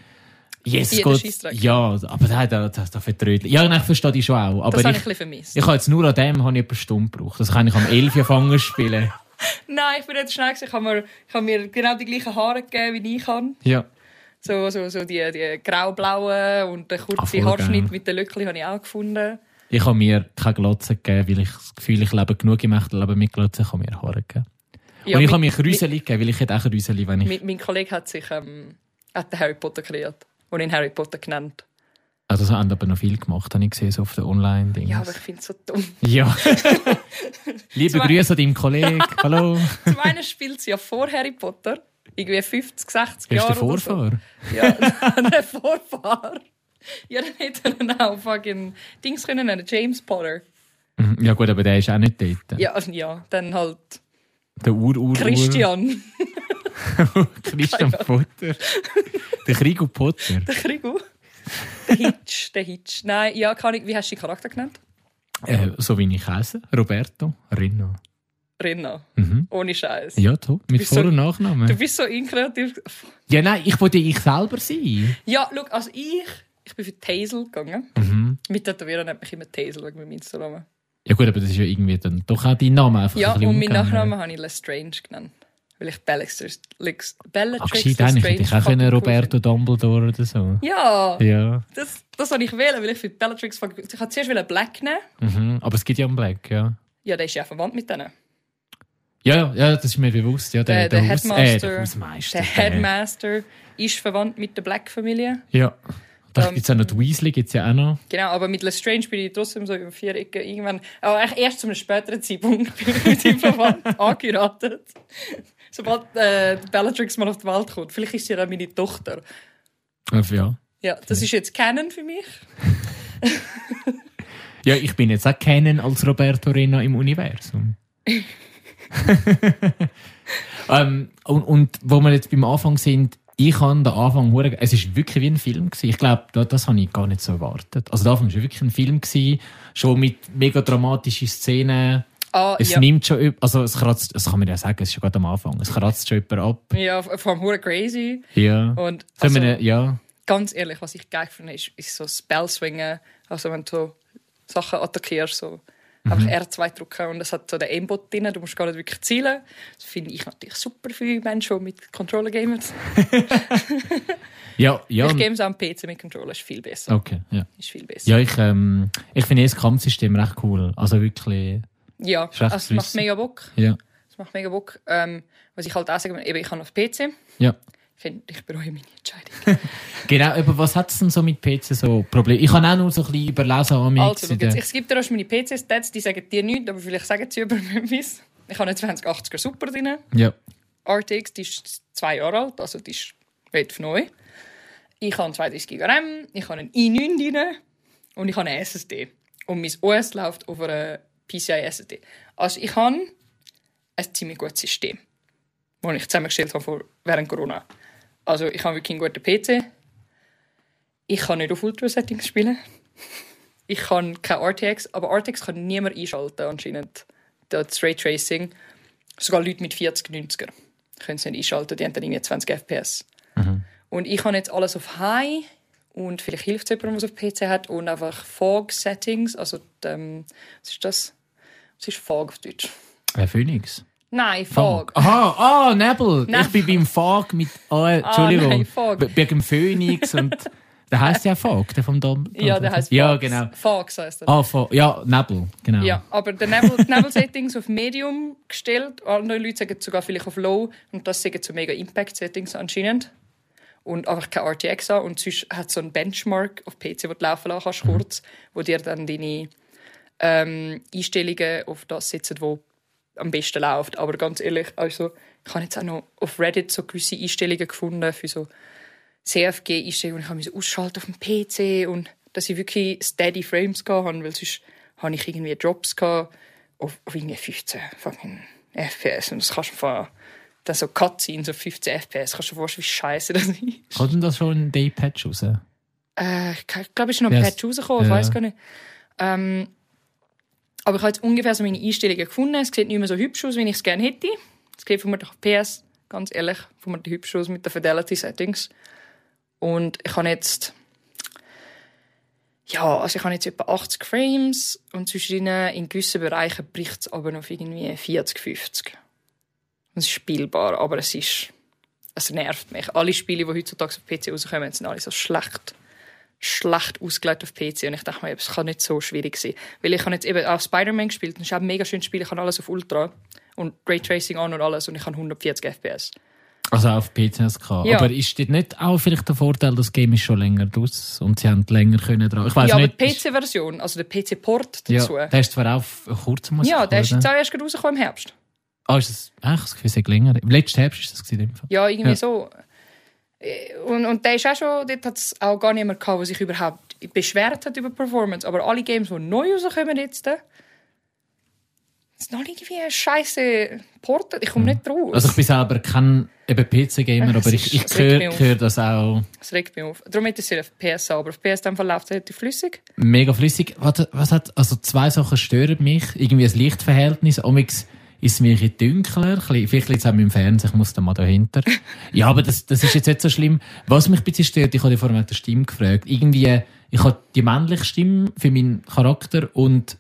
[SPEAKER 1] yes,
[SPEAKER 2] Jeder
[SPEAKER 1] Gott,
[SPEAKER 2] Scheissdreck.
[SPEAKER 1] ja, aber da, da, da, da vertrödelt. Ja, nein, ich verstehe dich schon auch, aber
[SPEAKER 2] Das habe ich ein
[SPEAKER 1] ich,
[SPEAKER 2] bisschen vermisst.
[SPEAKER 1] ich habe jetzt nur an dem habe ich etwas stumm gebraucht. Das kann ich am 11 anfangen spielen.
[SPEAKER 2] Nein, ich bin nicht schnell. gewesen. Ich habe mir, ich habe mir genau die gleichen Haare gegeben, wie ich kann.
[SPEAKER 1] Ja.
[SPEAKER 2] So, so, so die, die grau-blauen und den
[SPEAKER 1] Ah,
[SPEAKER 2] kurzen
[SPEAKER 1] voll
[SPEAKER 2] Haarschnitt
[SPEAKER 1] geil.
[SPEAKER 2] mit den Löckchen habe ich auch gefunden.
[SPEAKER 1] Ich habe mir keine Glotze gegeben, weil ich das Gefühl ich lebe genug im echten Leben mit Glotze, ich habe mir Haare gegeben.
[SPEAKER 2] Ja,
[SPEAKER 1] und ich habe
[SPEAKER 2] mein-
[SPEAKER 1] mir Kräuseli gegeben, weil ich hätte auch Kräuseli, wenn ich...
[SPEAKER 2] mein, mein Kollege hat sich ähm, hat den Harry Potter kreiert und ihn Harry Potter genannt.
[SPEAKER 1] Also das haben aber noch viel gemacht, habe ich gesehen, so auf den Online-Dings.
[SPEAKER 2] Ja, aber ich finde es so dumm.
[SPEAKER 1] Ja. Liebe
[SPEAKER 2] Zwei-
[SPEAKER 1] Grüße an deinen Kollegen. Hallo.
[SPEAKER 2] Zum einen spielt sie ja vor Harry Potter. Irgendwie 50, 60
[SPEAKER 1] Bist
[SPEAKER 2] Jahre
[SPEAKER 1] du
[SPEAKER 2] oder so.
[SPEAKER 1] Vorfahr?
[SPEAKER 2] Ja, der Vorfahr. Ja, dann hätte er ihn auch fucking Dings können nennen, James Potter.
[SPEAKER 1] Mhm. Ja gut, aber der ist auch nicht dort.
[SPEAKER 2] Ja, also ja, dann halt
[SPEAKER 1] Der ur ur
[SPEAKER 2] Christian,
[SPEAKER 1] Christian Potter. Der Krieg und Potter.
[SPEAKER 2] der Krigo. Der Hitch, der Hitch. Nein, ja, kann ich, wie hast du den Charakter genannt?
[SPEAKER 1] Äh, so wie ich heiße. Roberto Rino.
[SPEAKER 2] Renna.
[SPEAKER 1] Mhm.
[SPEAKER 2] Ohne Scheiß.
[SPEAKER 1] Ja, top. Mit
[SPEAKER 2] Bist
[SPEAKER 1] Vor-
[SPEAKER 2] so-
[SPEAKER 1] und
[SPEAKER 2] Du
[SPEAKER 1] Nachnamen.
[SPEAKER 2] bist so inkreativ.
[SPEAKER 1] Ja, nein, ich wollte ich selber sein.
[SPEAKER 2] Ja, schau, also ich, ich bin für Taisel gegangen. Mit Tätowieren nennt mich immer Taisel wegen meinem Instagram.
[SPEAKER 1] Ja gut, aber das ist ja irgendwie dann doch auch dein Name. Einfach
[SPEAKER 2] Ja,
[SPEAKER 1] ein bisschen
[SPEAKER 2] und meinen
[SPEAKER 1] umgegangen.
[SPEAKER 2] Nachnamen habe ich Lestrange genannt. Weil ich Bellatrix, Lex-
[SPEAKER 1] Ah,
[SPEAKER 2] Bellatrix
[SPEAKER 1] gescheit, eigentlich hätte ich auch
[SPEAKER 2] fucking
[SPEAKER 1] können,
[SPEAKER 2] cool
[SPEAKER 1] Roberto
[SPEAKER 2] finde.
[SPEAKER 1] Dumbledore oder so.
[SPEAKER 2] Ja,
[SPEAKER 1] Ja.
[SPEAKER 2] Das, das wollte ich wählen, weil ich finde Bellatrix fucking cool. Ich wollte zuerst Black nehmen.
[SPEAKER 1] Mhm. Aber es gibt ja einen Black, ja.
[SPEAKER 2] Ja, der ist ja verwandt mit denen.
[SPEAKER 1] Ja, ja, das ist mir bewusst. Ja, der,
[SPEAKER 2] Der- der
[SPEAKER 1] Haus- Äh,
[SPEAKER 2] Headmaster.
[SPEAKER 1] der Hausmeister.
[SPEAKER 2] Der Headmaster ist verwandt mit der Black-Familie.
[SPEAKER 1] Ja. Da
[SPEAKER 2] Ähm,
[SPEAKER 1] gibt es auch noch die Weasley, gibt's ja auch noch.
[SPEAKER 2] Genau, aber mit Lestrange bin ich trotzdem so über vier Ecken irgendwann... Aber eigentlich erst zu einem späteren Zeitpunkt bin ich mit ihm verwandt, angeratet. Sobald äh, die Bellatrix mal auf die Welt kommt. Vielleicht ist sie dann meine Tochter.
[SPEAKER 1] Äh, Ja.
[SPEAKER 2] Ja, das ist jetzt Canon für mich.
[SPEAKER 1] ja, ich bin jetzt auch kennen als Roberto Reno im Universum. ähm, und, und wo wir jetzt beim Anfang sind, ich habe den Anfang, hure- es ist wirklich wie ein Film gewesen. Ich glaube, das, das habe ich gar nicht so erwartet. Also der Anfang war wirklich ein Film gewesen, schon mit mega dramatischen Szenen.
[SPEAKER 2] Ah,
[SPEAKER 1] Es
[SPEAKER 2] ja.
[SPEAKER 1] nimmt schon, jemand- also es kratzt, das kann man ja sagen, es ist schon gerade am Anfang. Es kratzt schon jemand ab.
[SPEAKER 2] Ja, vom Hure Crazy.
[SPEAKER 1] Ja.
[SPEAKER 2] Und
[SPEAKER 1] Können
[SPEAKER 2] also-
[SPEAKER 1] wir, ja.
[SPEAKER 2] ganz ehrlich, was ich geil finde, ist, ist so Spellswingen. Also wenn du so Sachen attackierst, so einfach R2 drücken und es hat so den Aimbot drin, du musst gar nicht wirklich zielen. Das finde ich natürlich super für Menschen, die mit Controller gamen.
[SPEAKER 1] Ja, ja.
[SPEAKER 2] Ich game es auch am PC mit Controller, ist viel besser.
[SPEAKER 1] Okay, ja.
[SPEAKER 2] Ist viel besser.
[SPEAKER 1] Ja, ich, ähm, ich finde eh das Kampfsystem recht cool. Also wirklich,
[SPEAKER 2] Ja,
[SPEAKER 1] Ist recht
[SPEAKER 2] also, es macht
[SPEAKER 1] flüssig.
[SPEAKER 2] mega Bock.
[SPEAKER 1] ja.
[SPEAKER 2] Es macht mega Bock. Ähm, was ich halt auch sage, eben, ich habe auf PC.
[SPEAKER 1] ja.
[SPEAKER 2] Ich finde, ich bereue meine Entscheidung.
[SPEAKER 1] Genau, aber was hat es denn so mit PC so Problem? Ich habe auch nur so ein bisschen überlesen an mich.
[SPEAKER 2] Also, schau jetzt, ich gebe dir auch schon meine PC-Stats, die sagen dir nichts, aber vielleicht sagen sie über mich. Ich habe eine 2080er Super drin.
[SPEAKER 1] ja.
[SPEAKER 2] RTX, die ist zwei Jahre alt, also die ist relativ neu. Ich habe 32 GB RAM, ich habe einen i9 drin und ich habe eine SSD. Und mein OS läuft auf einer PCI-SSD. Also ich habe ein ziemlich gutes System, das ich zusammengestellt habe vor- während Corona. Also ich habe wirklich einen guten PC. Ich kann nicht auf Ultra-Settings spielen. ich kann kein RTX, aber RTX kann niemand einschalten anscheinend. Das Raytracing. Sogar Leute mit 40, 90er können es nicht einschalten, die haben dann irgendwie 20 FPS. Und ich habe jetzt alles auf High und vielleicht hilft es jemandem, der es auf PC hat und einfach Fog-Settings, also ähm, was ist das? Was ist Fog auf Deutsch?
[SPEAKER 1] Äh, Phoenix.
[SPEAKER 2] Nein, Fog.
[SPEAKER 1] Aha, ah, Nebel.
[SPEAKER 2] Nebel. Ah,
[SPEAKER 1] Ich bin beim Fog mit. Oh, Entschuldigung.
[SPEAKER 2] nein, Fog.
[SPEAKER 1] Be- Bei dem Phoenix und. Der heißt ja Fog, der vom Dom.
[SPEAKER 2] Ja, der heißt Fox.
[SPEAKER 1] Ja, genau.
[SPEAKER 2] Fox heißt er.
[SPEAKER 1] Ah, Fog. Ja, Nebel, genau.
[SPEAKER 2] Ja, aber der Nebel, die Nebel-Settings auf Medium gestellt. Andere Leute sagen sogar vielleicht auf Low. Und das sagen so mega Impact-Settings anscheinend. Und einfach kein RTX an. Und sonst hat so ein Benchmark auf PC, wo du laufen lassen kannst, kurz, wo dir dann deine ähm, Einstellungen auf das setzen, wo am besten läuft. Aber ganz ehrlich, also, ich habe jetzt auch noch auf Reddit so gewisse Einstellungen gefunden für so CFG-Einstellungen. Ich musste ausschalten auf dem PC und dass ich wirklich steady Frames hatte, weil sonst habe ich irgendwie Drops gehabt auf, auf irgendwie 15 fucking FPS. Und das kannst du von dann so Cutscenes auf 15 FPS. Kannst du dir vorstellen, wie scheiße das ist?
[SPEAKER 1] Kommt denn das schon in Day Patch raus?
[SPEAKER 2] Äh, ich glaube, es ist noch ein
[SPEAKER 1] Ja, es-
[SPEAKER 2] Patch rausgekommen, ich
[SPEAKER 1] ja.
[SPEAKER 2] weiß gar nicht. Ähm, aber ich habe jetzt ungefähr so meine Einstellungen gefunden. Es sieht nicht mehr so hübsch aus, wie ich es gerne hätte. Es geht von mir doch PS, ganz ehrlich, von mir hübsch aus mit den Fidelity Settings. Und ich habe jetzt. Ja, also ich habe jetzt etwa 80 Frames und zwischendrin in gewissen Bereichen bricht es aber noch irgendwie 40, 50. Und Es ist spielbar, aber es ist. Es nervt mich. Alle Spiele, die heutzutage auf PC rauskommen, sind alle so schlecht schlecht ausgelegt auf PC und ich dachte mir, es kann nicht so schwierig sein. Weil ich habe jetzt eben auch Spider-Man gespielt und es ist auch ein mega schönes Spiel, ich habe alles auf Ultra und Raytracing an und alles und ich habe 140 FPS.
[SPEAKER 1] Also auch auf PCs kann.
[SPEAKER 2] Ja.
[SPEAKER 1] Aber ist dort nicht auch vielleicht der Vorteil, das Game ist schon länger draus und sie haben länger können dran. Ich weiß
[SPEAKER 2] ja, aber
[SPEAKER 1] Also nicht.
[SPEAKER 2] die PC-Version, also der PC-Port
[SPEAKER 1] ja,
[SPEAKER 2] dazu, ja,
[SPEAKER 1] der ist zwar auch f- kurz muss ich
[SPEAKER 2] der ist
[SPEAKER 1] sagen.
[SPEAKER 2] jetzt auch erst gerade rausgekommen im Herbst.
[SPEAKER 1] Ah, ist das, ah, ich habe das Gefühl, es ist länger. Im letzten Herbst ist das gewesen, in dem Fall.
[SPEAKER 2] Ja, irgendwie
[SPEAKER 1] Ja.
[SPEAKER 2] so. Äh, Und, und der ist auch schon, dort hat es auch gar niemand gehabt, der sich überhaupt beschwert hat über Performance. Aber alle Games, die neu rauskommen jetzt, äh, sind noch irgendwie scheiße Port. Ich komme nicht drauf.
[SPEAKER 1] Also ich bin selber kein E eben PC-Gamer,
[SPEAKER 2] Ach,
[SPEAKER 1] aber
[SPEAKER 2] es
[SPEAKER 1] ich,
[SPEAKER 2] ist-
[SPEAKER 1] ich
[SPEAKER 2] es regt mich
[SPEAKER 1] höre
[SPEAKER 2] auf.
[SPEAKER 1] höre das auch
[SPEAKER 2] Das regt mich auf. Darum hätte ich es auf PS an, aber auf PS dann verläuft es flüssig.
[SPEAKER 1] mega flüssig. Was, was hat, also zwei Sachen stören mich. Irgendwie das Lichtverhältnis. Omix ist es mir ein bisschen dunkler. ein bisschen- Vielleicht liegt es auch mit dem Fernseher. Ich muss da mal dahinter. ja, aber das, das ist jetzt nicht so schlimm. Was mich ein bisschen stört, ich habe dich vorhin wegen der Stimme gefragt. Irgendwie, ich habe die männliche Stimme für meinen Charakter und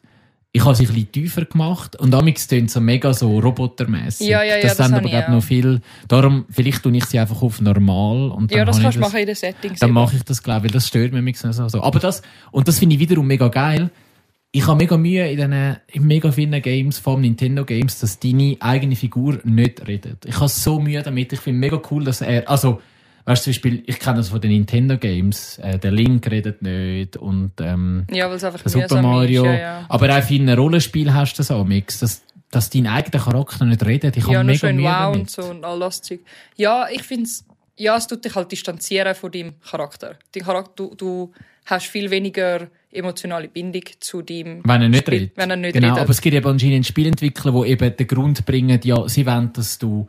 [SPEAKER 1] ich habe sie ein bisschen tiefer gemacht und Amix tönt so mega so robotermäßig.
[SPEAKER 2] Ja, ja, ja,
[SPEAKER 1] das
[SPEAKER 2] das
[SPEAKER 1] sind aber
[SPEAKER 2] habe ich
[SPEAKER 1] glaub
[SPEAKER 2] auch.
[SPEAKER 1] noch viel. Darum vielleicht tue ich sie einfach auf normal und dann
[SPEAKER 2] Ja, das
[SPEAKER 1] habe ich
[SPEAKER 2] kannst du machen in den Settings.
[SPEAKER 1] dann
[SPEAKER 2] eben.
[SPEAKER 1] mache ich das, glaube ich, weil das stört mich manchmal nicht so. Also, Aber das, und das finde ich wiederum mega geil. Ich habe mega Mühe in diesen in mega vielen Games, vor allem Nintendo Games, dass deine eigene Figur nicht redet. Ich habe so Mühe damit. Ich finde mega cool, dass er, also, weißt du, zum Beispiel, ich kenne das von den Nintendo Games, äh, der Link redet nicht und, ähm,
[SPEAKER 2] Ja, weil es einfach
[SPEAKER 1] der Super
[SPEAKER 2] mühsam
[SPEAKER 1] Mario.
[SPEAKER 2] Ist, ja, ja.
[SPEAKER 1] Aber auch in einem Rollenspiel hast du das auch, Mix, dass, dass dein eigener Charakter nicht redet. Ich habe
[SPEAKER 2] ja noch
[SPEAKER 1] mega
[SPEAKER 2] schön
[SPEAKER 1] Mühe
[SPEAKER 2] wow
[SPEAKER 1] damit.
[SPEAKER 2] und so und all das Zeug. Ja, ich finde es, ja, es tut dich halt distanzieren von deinem Charakter. Dein Charakter du, du hast viel weniger emotionale Bindung zu deinem
[SPEAKER 1] Wenn er nicht
[SPEAKER 2] Spiel-
[SPEAKER 1] redet.
[SPEAKER 2] Wenn er nicht
[SPEAKER 1] genau,
[SPEAKER 2] redet.
[SPEAKER 1] aber es gibt eben anscheinend Spielentwickler, die eben den Grund bringen, ja, sie wollen, dass du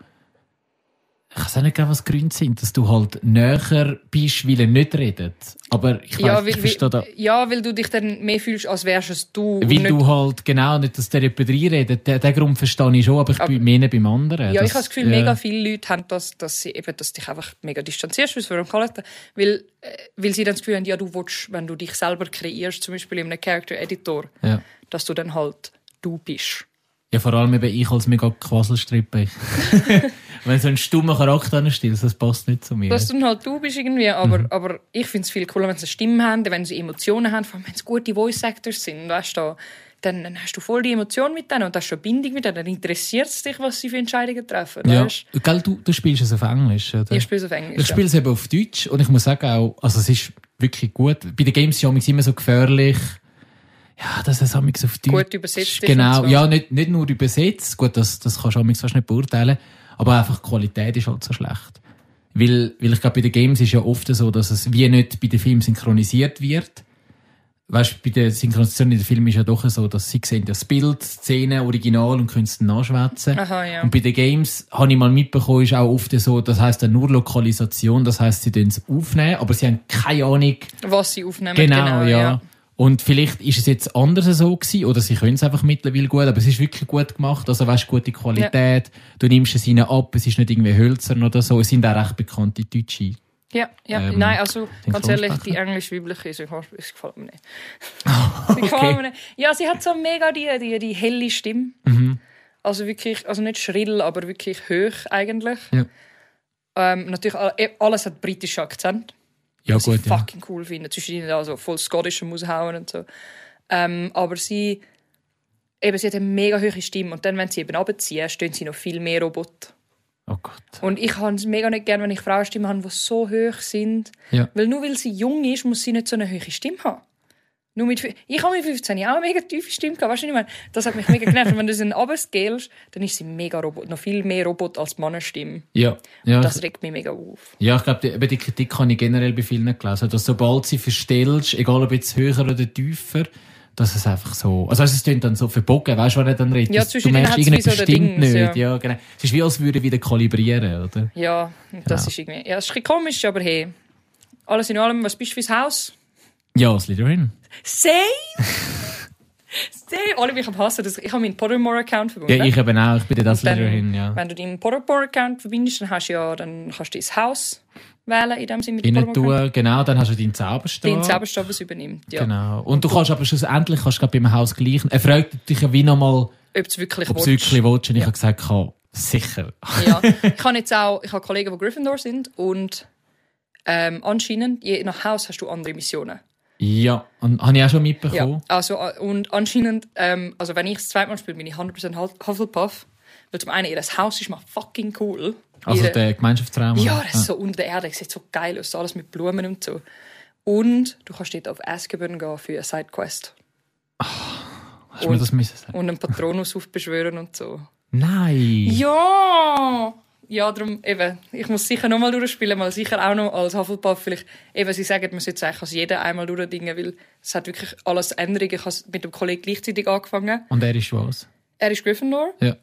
[SPEAKER 1] ich weiß auch nicht genau, was die Gründe sind, dass du halt näher bist, weil er nicht redet. Aber ich, weiss,
[SPEAKER 2] ja, weil,
[SPEAKER 1] ich verstehe da.
[SPEAKER 2] weil, ja, weil du dich dann mehr fühlst, als wärst es du. und
[SPEAKER 1] Weil
[SPEAKER 2] nicht-
[SPEAKER 1] du halt, genau, nicht, dass der jemand reinredet. Den, den Grund verstehe ich schon, aber ich
[SPEAKER 2] Aber-
[SPEAKER 1] bin mehr beim anderen.
[SPEAKER 2] Ja,
[SPEAKER 1] Das-
[SPEAKER 2] ich habe das Gefühl,
[SPEAKER 1] ja.
[SPEAKER 2] mega viele Leute haben das, dass sie eben, dass dich einfach mega distanzierst aus ihrem Charakter, weil, äh, weil sie dann das Gefühl haben, ja, du willst, wenn du dich selber kreierst, zum Beispiel in einem Character Editor,
[SPEAKER 1] Ja.
[SPEAKER 2] dass du dann halt du bist.
[SPEAKER 1] ja, vor allem eben ich als mega Quasselstrippe. Wenn so ein stummer Charakter anstellst, das passt nicht zu mir.
[SPEAKER 2] Dass du dann halt du bist irgendwie,
[SPEAKER 1] Mhm.
[SPEAKER 2] aber, aber ich finde es viel cooler, wenn sie eine Stimme haben, wenn sie Emotionen haben, vor allem wenn es gute Voice Actors sind, weißt du, dann, dann hast du voll die Emotion mit denen und hast schon Bindung mit denen, dann interessiert es dich, was sie für Entscheidungen treffen,
[SPEAKER 1] ja.
[SPEAKER 2] weißt
[SPEAKER 1] Gell, du, du spielst es auf Englisch, oder?
[SPEAKER 2] du? Ich spiele es auf Englisch.
[SPEAKER 1] Ich spiele es eben auf Deutsch und ich muss sagen auch, also es ist wirklich gut. Bei den Games ist es immer so gefährlich, ja, dass es manchmal auf Deutsch
[SPEAKER 2] Gut übersetzt ist und
[SPEAKER 1] Genau,
[SPEAKER 2] so.
[SPEAKER 1] ja, nicht, nicht nur übersetzt, gut, das, das kannst du manchmal fast nicht beurteilen, aber einfach die Qualität ist halt so schlecht. Weil, weil ich glaube, bei den Games ist ja oft so, dass es wie nicht bei den Filmen synchronisiert wird. Weißt du, bei der Synchronisation in den Filmen ist ja doch so, dass sie sehen das Bild, die Szene, Original und können es dann nachschwätzen.
[SPEAKER 2] ja. Aha, ja.
[SPEAKER 1] Und bei den Games habe ich mal mitbekommen, ist auch oft so, das heisst dann nur Lokalisation, das heisst, sie tun es aufnehmen, aber sie haben keine Ahnung.
[SPEAKER 2] Was sie aufnehmen,
[SPEAKER 1] Genau, ja. Und vielleicht ist es jetzt anders so gewesen, oder sie können es einfach mittlerweile gut, aber es ist wirklich gut gemacht. Also weißt gute Qualität, du nimmst es ihnen ab, es ist nicht irgendwie hölzern oder so. Es sind auch recht bekannte deutsche.
[SPEAKER 2] Ja, ja.
[SPEAKER 1] Ähm,
[SPEAKER 2] Nein, also ganz ehrlich, die
[SPEAKER 1] Synchronsprecher?
[SPEAKER 2] englisch-weibliche Synchronstimme das gefällt mir nicht. Sie gefällt mir nicht. Ja, sie hat so mega die, die, die helle Stimme.
[SPEAKER 1] Mhm.
[SPEAKER 2] Also wirklich, also nicht schrill, aber wirklich hoch eigentlich.
[SPEAKER 1] Ja.
[SPEAKER 2] Ähm, natürlich, all- eh, alles hat britischen Akzent.
[SPEAKER 1] Ja,
[SPEAKER 2] was
[SPEAKER 1] gut,
[SPEAKER 2] ich
[SPEAKER 1] ja.
[SPEAKER 2] fucking cool finde. Zwischen ihnen also voll schottischen Mushauen und so. Ähm, aber sie, eben, sie hat eine mega hohe Stimme. Und dann, wenn sie eben runterziehen, stehen sie noch viel mehr Robot.
[SPEAKER 1] Oh Gott.
[SPEAKER 2] Und ich habe es mega nicht gern, wenn ich Frauenstimmen habe, die so hoch sind.
[SPEAKER 1] Ja.
[SPEAKER 2] Weil nur weil sie jung ist, muss sie nicht so eine hohe Stimme haben. Nur mit, fü- ich habe mit 15 auch eine mega tiefe Stimme gehabt. Weißt du, was ich meine, das hat mich mega genervt. Und wenn du sie runterscalst, dann ist sie mega Robot. Noch viel mehr Robot als Mannenstimme.
[SPEAKER 1] Ja. Ja,
[SPEAKER 2] Das regt mich mega auf.
[SPEAKER 1] Ja, ich glaube, die, eben die Kritik habe ich generell bei vielen gelesen, dass sobald sie verstellst, egal ob jetzt höher oder tiefer, dass es einfach so, also es klingt dann so verbogen, weißt du, wenn er dann redet.
[SPEAKER 2] Ja,
[SPEAKER 1] dass du
[SPEAKER 2] zwischen ihnen
[SPEAKER 1] merkst,
[SPEAKER 2] hat's wie
[SPEAKER 1] irgendetwas
[SPEAKER 2] so den
[SPEAKER 1] stimmt
[SPEAKER 2] Dings,
[SPEAKER 1] nicht.
[SPEAKER 2] ja.
[SPEAKER 1] Ja. genau. Es ist wie, als würde wieder kalibrieren, oder?
[SPEAKER 2] Ja, das ist irgendwie. Ja, es ist ein bisschen komisch, aber hey. Alles in allem, was bist du fürs Haus?
[SPEAKER 1] Ja, Slytherin.
[SPEAKER 2] Same! Same! Alle mich am Hassen. dass- Ich habe meinen Pottermore-Account verbunden.
[SPEAKER 1] Ja, ich eben auch, ich bin ja das
[SPEAKER 2] Dann,
[SPEAKER 1] Slytherin, ja.
[SPEAKER 2] Wenn du deinen Pottermore-Account verbindest, dann, hast du ja, dann kannst du dein Haus wählen, in dem Sinne mit
[SPEAKER 1] Innen
[SPEAKER 2] Pottermore-Account.
[SPEAKER 1] tun, genau, dann hast du deinen Zauberstab.
[SPEAKER 2] Den Zauberstab was übernimmt, ja.
[SPEAKER 1] Genau. Und du kannst aber schlussendlich, kannst gerade beim Haus gleich, er fragt dich ja wie nochmal,
[SPEAKER 2] Ob es wirklich
[SPEAKER 1] ob es
[SPEAKER 2] willst.
[SPEAKER 1] wirklich willst. Und ich habe gesagt, kann, sicher.
[SPEAKER 2] ja. Ich habe jetzt auch ich habe Kollegen, die Gryffindor sind und ähm, anscheinend, je nach Haus hast du andere Missionen.
[SPEAKER 1] ja, und habe ich auch schon mitbekommen.
[SPEAKER 2] Ja, also äh, und anscheinend, ähm, also wenn ich das zweite Mal spiele, bin ich 100% Huff- Hufflepuff. Weil zum einen, ihr Haus ist mal fucking cool.
[SPEAKER 1] Also
[SPEAKER 2] Ihre-
[SPEAKER 1] der Gemeinschaftsraum.
[SPEAKER 2] ja,
[SPEAKER 1] oder?
[SPEAKER 2] das ist so unter der Erde, sieht so geil aus, alles mit Blumen und so. Und du kannst dort auf Azkaban gehen für eine Sidequest.
[SPEAKER 1] Ah, Hast du mir
[SPEAKER 2] Und-
[SPEAKER 1] das müssen sagen?
[SPEAKER 2] Und einen Patronus aufbeschwören und so.
[SPEAKER 1] Nein!
[SPEAKER 2] Ja! Ja, darum eben. Ich muss sicher nochmal durchspielen, mal sicher auch noch als Hufflepuff. Vielleicht, eben, sie sagen, man sollte es eigentlich als jeder einmal durchdingen, weil es hat wirklich alles Änderungen. Ich habe es mit dem Kollegen gleichzeitig angefangen.
[SPEAKER 1] Und er ist was?
[SPEAKER 2] Er ist Gryffindor.
[SPEAKER 1] Ja.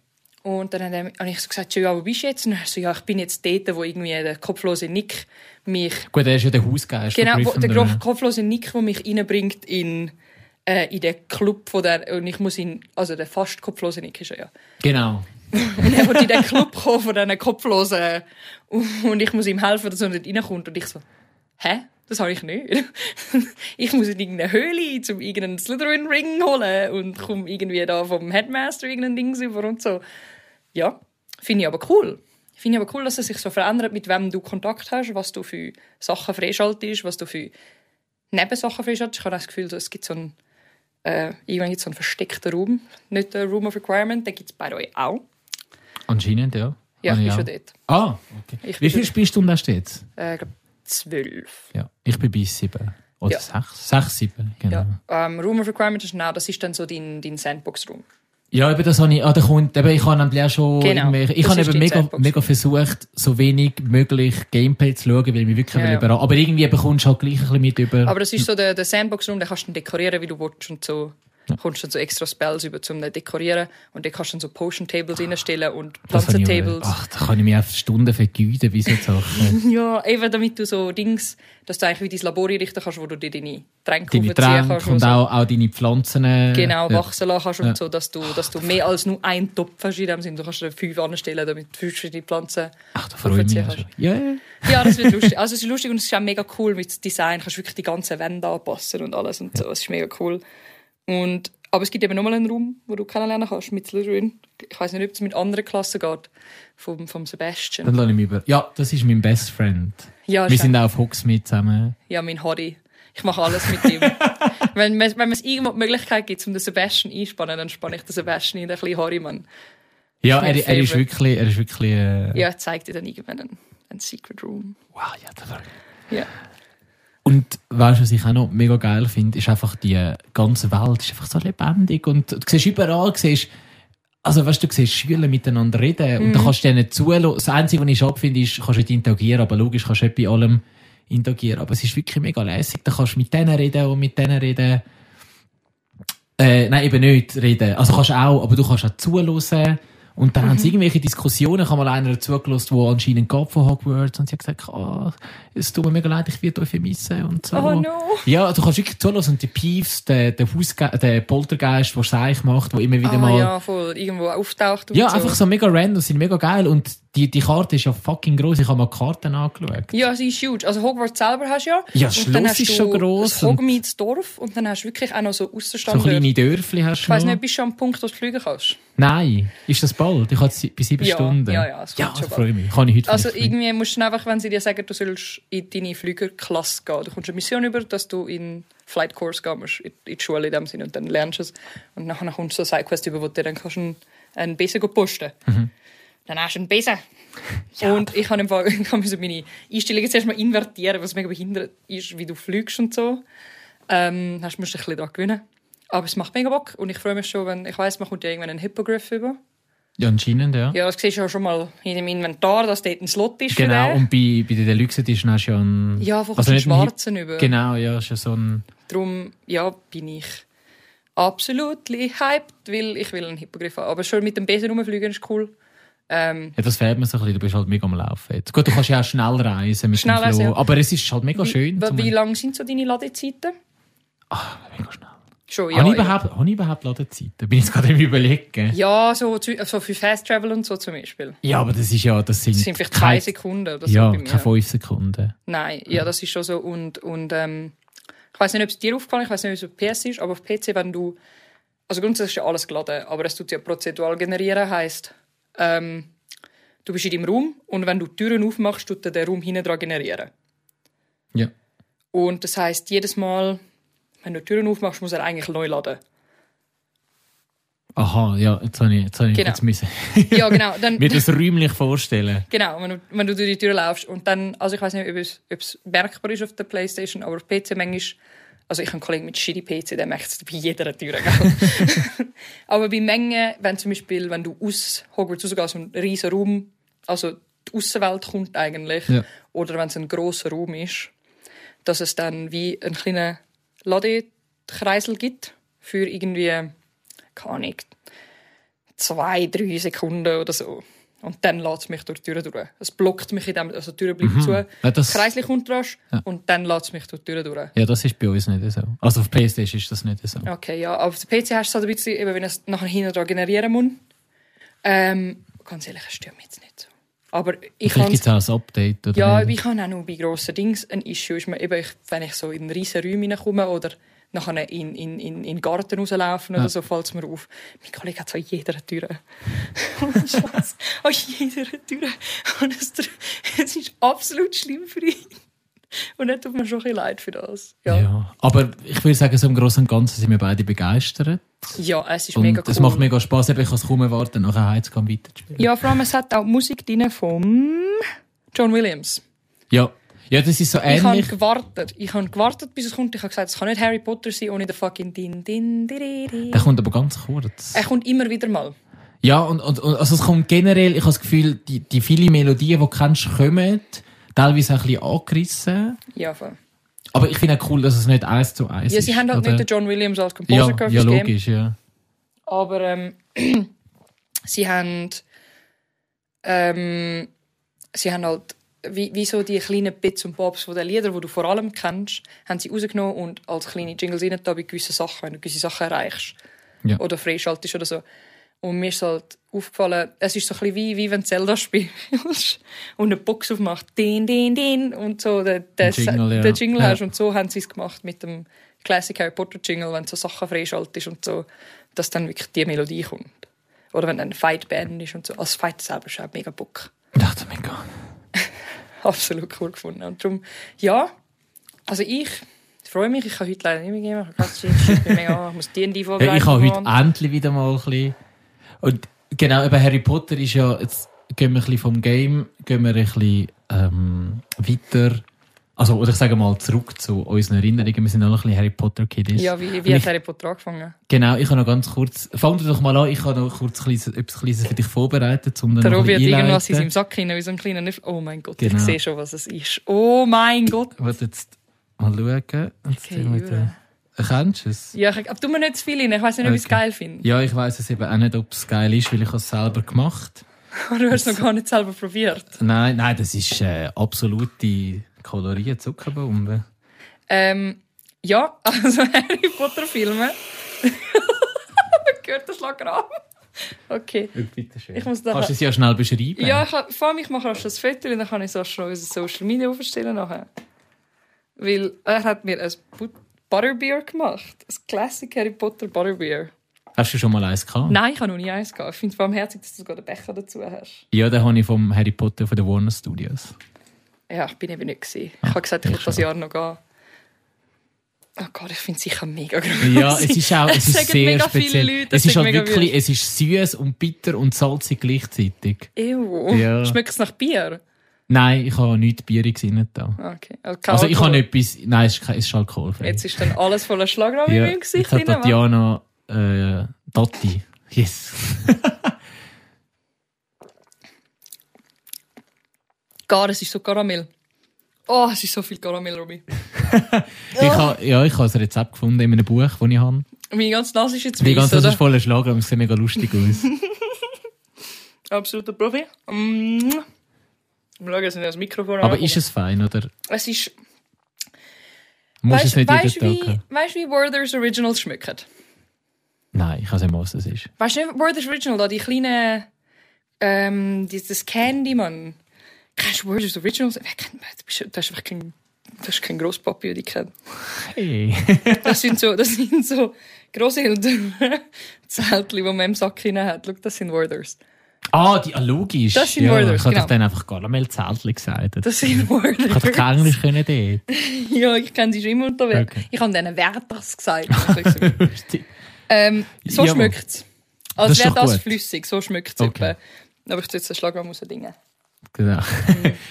[SPEAKER 2] Und dann hat er- habe ich so gesagt, «Ja, wo bist du jetzt? Und er so, ja, ich bin jetzt dort, wo irgendwie der kopflose Nick mich...
[SPEAKER 1] Gut, er ist ja der Hausgeist. von
[SPEAKER 2] Genau, wo, der
[SPEAKER 1] Gryffindor,
[SPEAKER 2] grof- kopflose Nick, der mich reinbringt in, äh, in den Club von der... Und ich muss ihn... Also der fast kopflose Nick ist er, ja.
[SPEAKER 1] ja. Genau.
[SPEAKER 2] Und er wollte in den Club kommen von diesen Kopflosen. äh, Und ich muss ihm helfen, dass er nicht reinkommt. Und ich so, hä? Das habe ich nicht. ich muss in irgendeine Höhle, um irgendeinen Slytherin-Ring holen und komme irgendwie da vom Headmaster irgendein Ding über und so. Ja, finde ich aber cool. Finde ich aber cool, dass es sich so verändert, mit wem du Kontakt hast, was du für Sachen freischaltest, was du für Nebensachen freischaltest. Ich habe auch das Gefühl, es gibt so einen, äh, irgendwann gibt es so einen versteckten Raum. Nicht der Room of Requirement, den gibt es bei euch auch.
[SPEAKER 1] Anscheinend, ja.
[SPEAKER 2] Ja, ich
[SPEAKER 1] Habe
[SPEAKER 2] bin
[SPEAKER 1] auch.
[SPEAKER 2] schon dort.
[SPEAKER 1] Ah, okay.
[SPEAKER 2] Ich
[SPEAKER 1] Wie viele
[SPEAKER 2] bin schon-
[SPEAKER 1] Spielstunden hast du jetzt?
[SPEAKER 2] Äh, ich glaube, zwölf.
[SPEAKER 1] Ja. Ich bin bei sieben. Oder
[SPEAKER 2] Ja.
[SPEAKER 1] sechs? Sechs, sieben, genau.
[SPEAKER 2] Ja.
[SPEAKER 1] Ja.
[SPEAKER 2] Ähm, Room of Requirement ist genau, das ist dann so dein, dein Sandbox-Room.
[SPEAKER 1] eben das habe ich, ah, der Kunde, eben, ich habe nämlich auch schon,
[SPEAKER 2] Genau.
[SPEAKER 1] irgendwelche- ich
[SPEAKER 2] Das
[SPEAKER 1] habe
[SPEAKER 2] ist
[SPEAKER 1] eben
[SPEAKER 2] die
[SPEAKER 1] mega,
[SPEAKER 2] Zeitbox.
[SPEAKER 1] mega versucht, so wenig möglich Gameplay zu schauen, weil ich mich wirklich
[SPEAKER 2] Ja, ja.
[SPEAKER 1] überall, aber irgendwie bekommst du halt gleich ein bisschen mit über.
[SPEAKER 2] Aber das ist so der, der Sandbox-Room, den kannst du dann dekorieren, wie du willst und so. Kommst dann so extra Spells über zum den dekorieren und dann kannst du dann so Potion-Tables reinstellen und
[SPEAKER 1] Ah. Das habe ich auch- Ah.
[SPEAKER 2] Pflanzen-Tables.
[SPEAKER 1] Ach, da kann ich mich auch Stunden vergeuden, wie so Sachen.
[SPEAKER 2] Ja, eben damit du so Dings, dass du eigentlich wie dein Labor einrichten kannst, wo du dir deine Tränke
[SPEAKER 1] deine
[SPEAKER 2] aufziehen
[SPEAKER 1] Tränke
[SPEAKER 2] kannst.
[SPEAKER 1] und
[SPEAKER 2] und so.
[SPEAKER 1] auch, auch deine Pflanzen. äh,
[SPEAKER 2] Genau,
[SPEAKER 1] ja.
[SPEAKER 2] wachsen lassen kannst und so, dass du, dass du mehr als nur einen Topf hast in dem Sinne. Du kannst dir fünf anstellen, damit du verschiedene Pflanzen
[SPEAKER 1] Ach, da freue ich mich.
[SPEAKER 2] aufziehen
[SPEAKER 1] auch
[SPEAKER 2] kannst.
[SPEAKER 1] schon. Ja, ja.
[SPEAKER 2] Ja, das wird lustig. Also es ist lustig und es ist auch mega cool mit dem Design. Du kannst wirklich die ganzen Wände anpassen und alles und so. Es ist mega cool. Und, aber es gibt eben nochmal einen Raum, wo du kennenlernen kannst mit Slytherin. Ich weiß nicht, ob es mit anderen Klassen geht, vom, vom Sebastian.
[SPEAKER 1] Dann lasse ich mich über. Ja, das ist mein Best Friend.
[SPEAKER 2] Ja,
[SPEAKER 1] Wir
[SPEAKER 2] ist
[SPEAKER 1] sind auch auf Hogsmeade zusammen.
[SPEAKER 2] auch- ja mein Hobby. Ich mache alles mit ihm. wenn wenn wenn es irgendwo die Möglichkeit gibt, um den Sebastian einspannen, dann spanne ich den Sebastian in den kleinen Horimann.
[SPEAKER 1] Ja,
[SPEAKER 2] mein
[SPEAKER 1] er, er ist
[SPEAKER 2] Favorite.
[SPEAKER 1] wirklich, er ist wirklich, äh,
[SPEAKER 2] Ja, zeigt dir dann irgendwann einen, einen Secret Room.
[SPEAKER 1] wow, ja, da freue ich mich.
[SPEAKER 2] Ja.
[SPEAKER 1] Und weißt du, was ich auch noch mega geil finde, ist einfach die äh, ganze Welt ist einfach so lebendig und du siehst überall, siehst, also weißt du, du siehst Schüler miteinander reden
[SPEAKER 2] Mhm.
[SPEAKER 1] und dann kannst du denen zuhören. Das Einzige, was ich schade finde, ist, kannst du nicht interagieren, aber logisch kannst du nicht bei allem interagieren. Aber es ist wirklich mega lässig, dann kannst du mit denen reden und mit denen reden. Äh, nein, eben nicht reden. Also kannst du auch, aber du kannst auch zuhören Und dann haben
[SPEAKER 2] Mhm.
[SPEAKER 1] sie irgendwelche Diskussionen, ich habe mal einer zugelassen, der anscheinend gab von Hogwarts und sie hat gesagt, ah, es tut mir mega leid, ich werde euch vermissen und so.
[SPEAKER 2] Oh no.
[SPEAKER 1] Ja, du kannst wirklich zuhören und die Peeves, der, der, Hausge der Poltergeist, der Seich macht, der immer wieder
[SPEAKER 2] Ah
[SPEAKER 1] mal...
[SPEAKER 2] ja, voll. Irgendwo auftaucht und
[SPEAKER 1] Ja,
[SPEAKER 2] so.
[SPEAKER 1] einfach so mega random, sind mega geil und die, die Karte ist ja fucking groß. Ich habe mal die Karten angeschaut.
[SPEAKER 2] Ja, sie ist huge. Also Hogwarts selber hast du ja.
[SPEAKER 1] Ja,
[SPEAKER 2] Und
[SPEAKER 1] Schloss
[SPEAKER 2] dann hast
[SPEAKER 1] ist
[SPEAKER 2] du
[SPEAKER 1] schon gross
[SPEAKER 2] Das
[SPEAKER 1] und-
[SPEAKER 2] Hogwarts Dorf und dann hast du wirklich auch noch so
[SPEAKER 1] So
[SPEAKER 2] Aussenstandard.
[SPEAKER 1] kleine Dörfli hast du
[SPEAKER 2] ich weiss
[SPEAKER 1] noch.
[SPEAKER 2] nicht, bist du am Punkt, wo du fliegen kannst?
[SPEAKER 1] Nein, ist das bald? Ich habe jetzt bei sieben
[SPEAKER 2] Ja,
[SPEAKER 1] Stunden.
[SPEAKER 2] ja, ja, es kommt
[SPEAKER 1] ja
[SPEAKER 2] schon
[SPEAKER 1] ich freue mich. Kann ich heute
[SPEAKER 2] Also
[SPEAKER 1] vielleicht
[SPEAKER 2] irgendwie musst du dann einfach, wenn sie dir sagen, du sollst in deine Flügerklasse gehen, du kommst eine Mission über, dass du in Flight Course gehen musst, in in die Schule in dem Sinne, und dann lernst du es. Und nachher kommst du so eine Sidequest über, wo du dir dann kannst einen, einen Besen go posten
[SPEAKER 1] Mhm.
[SPEAKER 2] Dann hast du einen Besen. Und ich habe im Fall, ich habe so meine Einstellungen zuerst mal invertieren, was mega behindert ist, wie du fliegst und so. Ähm, hast, musst du ein bisschen daran gewöhnen. Aber es macht mega Bock und ich freue mich schon, wenn, ich weiss, man kommt ja irgendwann einen Hippogriff über.
[SPEAKER 1] Ja, anscheinend, ja.
[SPEAKER 2] Ja, das siehst du ja schon mal in dem Inventar, dass dort ein Slot ist für
[SPEAKER 1] genau,
[SPEAKER 2] den.
[SPEAKER 1] und bei, bei den Deluxe-Edition hast du ja einen...
[SPEAKER 2] Ja, von also einen
[SPEAKER 1] nicht einen Hip-
[SPEAKER 2] Schwarzen über.
[SPEAKER 1] Genau, ja, ist ja so ein...
[SPEAKER 2] Darum ja, bin ich absolut hyped, weil ich will einen Hippogriff haben. Aber schon mit dem Besen rumfliegen ist cool. Ähm,
[SPEAKER 1] Ja, das fehlt mir so ein bisschen, du bist halt mega am Laufen jetzt. Gut, du kannst ja auch schnell reisen mit
[SPEAKER 2] Schnell
[SPEAKER 1] dem
[SPEAKER 2] reisen,
[SPEAKER 1] Flow,
[SPEAKER 2] ja.
[SPEAKER 1] aber es ist halt mega schön.
[SPEAKER 2] wie,
[SPEAKER 1] zum-
[SPEAKER 2] wie lang sind so deine Ladezeiten?
[SPEAKER 1] mega schnell.
[SPEAKER 2] Schon,
[SPEAKER 1] habe,
[SPEAKER 2] ja.
[SPEAKER 1] ich Ah, überhaupt, habe ich überhaupt Ladezeiten? Bin ich jetzt gerade im Überlegen. Ja.
[SPEAKER 2] Ja, so, zu- so für Fast Travel und so zum Beispiel.
[SPEAKER 1] aber das ist ja... Das sind,
[SPEAKER 2] Das sind vielleicht
[SPEAKER 1] keine-
[SPEAKER 2] zwei Sekunden oder so
[SPEAKER 1] Ja,
[SPEAKER 2] bei mir.
[SPEAKER 1] keine fünf Sekunden.
[SPEAKER 2] Nein, ja, das ist schon so. Und, und ähm, ich weiß nicht, ob es dir aufgefallen ist, ich weiß nicht, ob es auf PS ist, aber auf PC, wenn du. Also grundsätzlich ist ja alles geladen, aber es tut ja prozedural generieren, heisst, ähm, du bist in deinem Raum und wenn du die Türen aufmachst, tut er den Raum hinten dran generieren.
[SPEAKER 1] Ja.
[SPEAKER 2] Und das heisst, jedes Mal, wenn du die Türen aufmachst, muss er eigentlich neu laden.
[SPEAKER 1] Aha, ja, jetzt habe ich, jetzt habe ich
[SPEAKER 2] Genau.
[SPEAKER 1] jetzt müssen.
[SPEAKER 2] Ja, genau. Dann,
[SPEAKER 1] mir das räumlich vorstellen.
[SPEAKER 2] Genau, wenn du, wenn du durch die Tür laufst und dann, also ich weiß nicht, ob es, ob es merkbar ist auf der Playstation, aber auf PC manchmal, also ich habe einen Kollegen mit shitty PC, der merkt es bei jeder Tür. gell? aber bei Mengen, wenn zum Beispiel, wenn du aus Hogwarts rausgehst und einen riesen Raum, also die Außenwelt kommt eigentlich,
[SPEAKER 1] Ja.
[SPEAKER 2] oder wenn es ein grosser Raum ist, dass es dann wie einen kleinen Ladekreisel gibt für irgendwie, keine Ahnung, zwei, drei Sekunden oder so. Und dann lässt es mich durch die Tür durch. Es blockt mich in dem, also die Tür bleibt zu.
[SPEAKER 1] Mhm. Ja, das-
[SPEAKER 2] Kreislich kommt rasch und dann lässt es mich durch die Tür durch.
[SPEAKER 1] Ja, das ist bei uns nicht so. Also auf PlayStation ist das nicht so.
[SPEAKER 2] Okay, ja, aber auf dem PC hast du es halt ein bisschen, eben, wenn es nachher hinten dran generieren muss. Ähm, ganz ehrlich, es stört mich jetzt nicht so. Aber ich
[SPEAKER 1] Vielleicht
[SPEAKER 2] kann
[SPEAKER 1] gibt es auch ein Update oder
[SPEAKER 2] ja,
[SPEAKER 1] nicht.
[SPEAKER 2] ich habe auch noch bei grossen Dings ein Issue, ist mir eben, ich, wenn ich so in riesen Räume hineinkomme oder nachher in, in, in, in den Garten rauslaufen oder so, fällt es mir auf. Mein Kollege hat so an jeder Tür. Ohne Scheiß, an jeder Tür. Und es, es ist absolut schlimm für ihn. Und er tut mir schon ein bisschen leid für das. Ja,
[SPEAKER 1] ja.
[SPEAKER 2] ja.
[SPEAKER 1] Aber ich würde sagen, so im Großen und Ganzen sind wir beide begeistert.
[SPEAKER 2] es ist
[SPEAKER 1] Und
[SPEAKER 2] mega cool.
[SPEAKER 1] es macht mega Spass. Eben, Ich kann es kaum erwarten, nachher heimzugehen weiterzuspielen.
[SPEAKER 2] ja, vor allem, es hat auch die Musik drin von John Williams.
[SPEAKER 1] Ja. ja, das ist so
[SPEAKER 2] Ich habe
[SPEAKER 1] ähnlich.
[SPEAKER 2] gewartet. Ich habe gewartet, bis es kommt. Ich habe gesagt, es kann nicht Harry Potter sein ohne den fucking Din Din Diriri.
[SPEAKER 1] Der kommt aber ganz kurz.
[SPEAKER 2] Er kommt immer wieder mal.
[SPEAKER 1] Ja, und, und, und also es kommt generell, ich habe das Gefühl, die, die vielen Melodien, die du kennst, kommen teilweise auch ein bisschen angerissen.
[SPEAKER 2] Ja, voll.
[SPEAKER 1] Aber ich finde auch cool, dass es nicht eins zu eins
[SPEAKER 2] Ja,
[SPEAKER 1] ist.
[SPEAKER 2] sie haben halt
[SPEAKER 1] oder?
[SPEAKER 2] nicht den John Williams als Composer
[SPEAKER 1] eh? ja,
[SPEAKER 2] gehabt
[SPEAKER 1] ja,
[SPEAKER 2] fürs Game.
[SPEAKER 1] logisch, ja.
[SPEAKER 2] Aber ähm, sie haben. Ähm, sie haben halt. Wie, wie so die kleinen Bits und Bobs von den Liedern, die du vor allem kennst, haben sie rausgenommen und als kleine Jingles rein da bei gewissen Sachen, wenn du gewisse Sachen erreichst.
[SPEAKER 1] Ja.
[SPEAKER 2] Oder freischaltest oder so. Und mir ist halt aufgefallen, es ist so ein bisschen wie, wie wenn du Zelda spielst und eine Box aufmacht, din, din, din, und so den, den,
[SPEAKER 1] Ein Jingle, ja.
[SPEAKER 2] den Jingle
[SPEAKER 1] Ja.
[SPEAKER 2] hast. Und so haben sie es gemacht mit dem Classic Harry Potter Jingle, wenn du so Sachen freischaltest und so, dass dann wirklich die Melodie kommt. Oder wenn dann ein Fight beendet ist und so. Als Fight selber ist auch mega Bock.
[SPEAKER 1] Ich dachte, mega.
[SPEAKER 2] Absolut cool gefunden. Und darum, ja, also ich freue mich, ich kann heute leider nicht mehr gehen. Ich, kann es jetzt- ich bin mega, ich muss die in die
[SPEAKER 1] Hey, ich habe heute endlich wieder mal ein bisschen. Und genau, eben Harry Potter ist ja. Jetzt gehen wir ein bisschen vom Game, gehen wir ein bisschen ähm, weiter. Also, oder ich sage mal zurück zu unseren Erinnerungen. Wir sind alle ein bisschen Harry Potter Kiddies.
[SPEAKER 2] Ja, wie,
[SPEAKER 1] Und
[SPEAKER 2] wie hat
[SPEAKER 1] ich,
[SPEAKER 2] Harry Potter angefangen?
[SPEAKER 1] genau, ich habe noch ganz kurz. Fang du doch mal an, ich habe noch kurz kleines- etwas Kleines für dich vorbereitet, um dann
[SPEAKER 2] Der
[SPEAKER 1] noch ein
[SPEAKER 2] Robi hat
[SPEAKER 1] bisschen
[SPEAKER 2] irgendwas in seinem
[SPEAKER 1] einleiten.
[SPEAKER 2] Sack hinein, wie so einen kleinen Niff. Oh mein Gott,
[SPEAKER 1] Genau.
[SPEAKER 2] ich sehe schon, was es ist. Oh mein Gott.
[SPEAKER 1] Warte, jetzt mal schauen. Jetzt
[SPEAKER 2] Okay,
[SPEAKER 1] tun wir den-
[SPEAKER 2] Jura.
[SPEAKER 1] Kennst du es?
[SPEAKER 2] Ja, ich, aber tu mir nicht zu viel rein. Ich weiß nicht, ob ich es
[SPEAKER 1] Okay.
[SPEAKER 2] geil finde.
[SPEAKER 1] Ja, ich weiß es eben auch nicht, ob es geil ist, weil ich habe es selber gemacht
[SPEAKER 2] Du hast es noch gar nicht selber probiert.
[SPEAKER 1] Nein, nein, das ist äh, absolute Kalorien Zuckerbombe.
[SPEAKER 2] Ähm, ja, also Harry Potter Filme. Man hört den Schlagrahmen. Okay.
[SPEAKER 1] Bitte schön.
[SPEAKER 2] Ich muss da-
[SPEAKER 1] Kannst du es ja schnell beschreiben?
[SPEAKER 2] Ja, ich, kann- vor allem, ich mache auch schon das Foto und dann kann ich es auch schon auf unsere Social Media aufstellen nachher. Weil er hat mir ein Bu- Butterbeer gemacht. Ein Classic Harry Potter Butterbeer.
[SPEAKER 1] Hast du schon mal eins gehabt?
[SPEAKER 2] Nein, ich habe noch nie eins gehabt. Ich finde es barmherzig, dass du sogar den Becher dazu hast.
[SPEAKER 1] Ja, den habe ich vom Harry Potter von den Warner Studios.
[SPEAKER 2] Ja, ich bin eben nicht gewesen. Ich habe gesagt, ich
[SPEAKER 1] ich
[SPEAKER 2] will Ah, das
[SPEAKER 1] schon.
[SPEAKER 2] Jahr noch gehen. Oh Gott, ich finde es sicher mega groß.
[SPEAKER 1] Ja, es ist auch es ist
[SPEAKER 2] sagen
[SPEAKER 1] sehr
[SPEAKER 2] mega
[SPEAKER 1] speziell.
[SPEAKER 2] Viele Leute,
[SPEAKER 1] es ist
[SPEAKER 2] sagen
[SPEAKER 1] halt
[SPEAKER 2] mega
[SPEAKER 1] wirklich, es ist süß und bitter und salzig gleichzeitig.
[SPEAKER 2] Ew.
[SPEAKER 1] Ja.
[SPEAKER 2] Schmeckt es nach Bier? Ah,
[SPEAKER 1] Nein, ich habe nichts Bieriges rein da.
[SPEAKER 2] Okay.
[SPEAKER 1] Also ich
[SPEAKER 2] Alkohol.
[SPEAKER 1] habe etwas... Nein, es ist, kein- es ist alkoholfrei.
[SPEAKER 2] Jetzt ist dann alles voller Schlagrahmen
[SPEAKER 1] ja,
[SPEAKER 2] in meinem Gesicht.
[SPEAKER 1] jetzt hat
[SPEAKER 2] drin, Mann.
[SPEAKER 1] Tatjana äh, Dotti. Yes.
[SPEAKER 2] Gar, es ist so Karamell. Oh, es ist so viel Karamell, Romy.
[SPEAKER 1] Ich habe ja, ich habe ein Rezept gefunden in einem Buch, das ich habe.
[SPEAKER 2] Meine ganze Nase ist jetzt
[SPEAKER 1] Die
[SPEAKER 2] weiß,
[SPEAKER 1] ganze Sache
[SPEAKER 2] oder?
[SPEAKER 1] ist voller Schlager und es sieht mega lustig aus.
[SPEAKER 2] Absoluter Profi. Mm. Wir schauen jetzt nicht das Mikrofon
[SPEAKER 1] Aber
[SPEAKER 2] an.
[SPEAKER 1] ist es fein, oder?
[SPEAKER 2] Es ist...
[SPEAKER 1] Muss es
[SPEAKER 2] Weißt
[SPEAKER 1] nicht
[SPEAKER 2] weißt
[SPEAKER 1] jeden
[SPEAKER 2] wie,
[SPEAKER 1] Tag haben?
[SPEAKER 2] weißt, wie Werther's Originals schmecken?
[SPEAKER 1] Nein, ich weiß nicht, was es ist.
[SPEAKER 2] Weißt du nicht, Werther's Original, da die kleinen... Ähm, dieses Candy, Mann. Kennst du Werther's Originals? Wer kennt das? Du bist- Das ist einfach kein... Das ist kein Grosspapi, den ich kenne.
[SPEAKER 1] Hey.
[SPEAKER 2] Das sind so, das sind so Grosseltern. Zeltli, die man im Sack hinein hat. Schau, das sind Werther's.
[SPEAKER 1] Ah, die ah, logisch.
[SPEAKER 2] Das sind
[SPEAKER 1] ja, Ich
[SPEAKER 2] Worders,
[SPEAKER 1] habe
[SPEAKER 2] genau.
[SPEAKER 1] doch dann einfach Karamellzähltchen gesagt.
[SPEAKER 2] Das sind
[SPEAKER 1] ich habe doch
[SPEAKER 2] Werther's.
[SPEAKER 1] kein Englisch können dort.
[SPEAKER 2] Ja, ich kenne sie schon immer unterwegs.
[SPEAKER 1] Okay.
[SPEAKER 2] Ich habe denen Werthers gesagt. ähm, so
[SPEAKER 1] Jawohl.
[SPEAKER 2] schmeckt es. Als
[SPEAKER 1] Das ist
[SPEAKER 2] wäre
[SPEAKER 1] doch
[SPEAKER 2] das
[SPEAKER 1] gut.
[SPEAKER 2] flüssig, so schmeckt es
[SPEAKER 1] Okay.
[SPEAKER 2] Aber ich tue jetzt den Schlagraum raus. Dinge.
[SPEAKER 1] genau.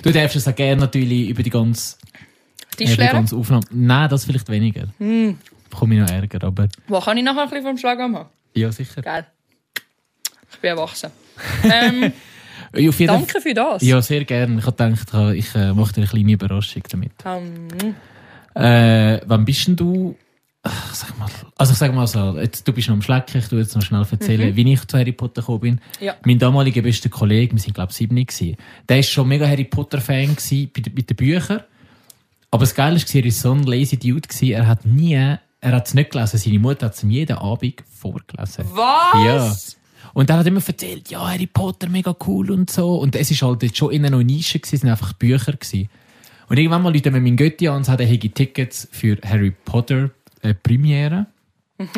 [SPEAKER 1] Du darfst es auch gerne natürlich über die ganze, äh,
[SPEAKER 2] Tisch
[SPEAKER 1] über die
[SPEAKER 2] leer.
[SPEAKER 1] ganze Aufnahme. Nein, das vielleicht weniger. Mm.
[SPEAKER 2] Hm.
[SPEAKER 1] Bekomme ich noch Ärger, aber
[SPEAKER 2] Wo kann ich nachher ein bisschen vom Schlagraum haben?
[SPEAKER 1] ja, sicher.
[SPEAKER 2] Geil. Ich bin erwachsen. Ähm,
[SPEAKER 1] Äh, Auf jeden
[SPEAKER 2] danke für das.
[SPEAKER 1] Ja, sehr gerne. Ich habe gedacht, ich äh, mache dir eine kleine Überraschung damit.
[SPEAKER 2] Ähm,
[SPEAKER 1] Äh, wann bist denn du? Ach, sag mal, also ich sag mal so, jetzt, du bist noch am Schlecken, ich tu jetzt noch schnell erzählen, wie ich zu Harry Potter gekommen bin.
[SPEAKER 2] Ja.
[SPEAKER 1] Mein damaliger bester Kollege, wir sind glaube ich sieben, gewesen, der war schon mega Harry Potter Fan gewesen, bei, den- mit den Büchern. Aber das Geile war, er war so ein lazy Dude, gewesen, er hat nie, er hat es nicht gelesen, seine Mutter hat es ihm jeden Abend vorgelesen.
[SPEAKER 2] was?
[SPEAKER 1] Ja. Und er hat immer erzählt, ja, Harry Potter, mega cool und so. Und es war halt jetzt schon in einer Nische, gewesen, es waren einfach Bücher. Gewesen. Und irgendwann mal Leute mir mein Götti an und sagten, er hätte Tickets für Harry Potter äh, Premiere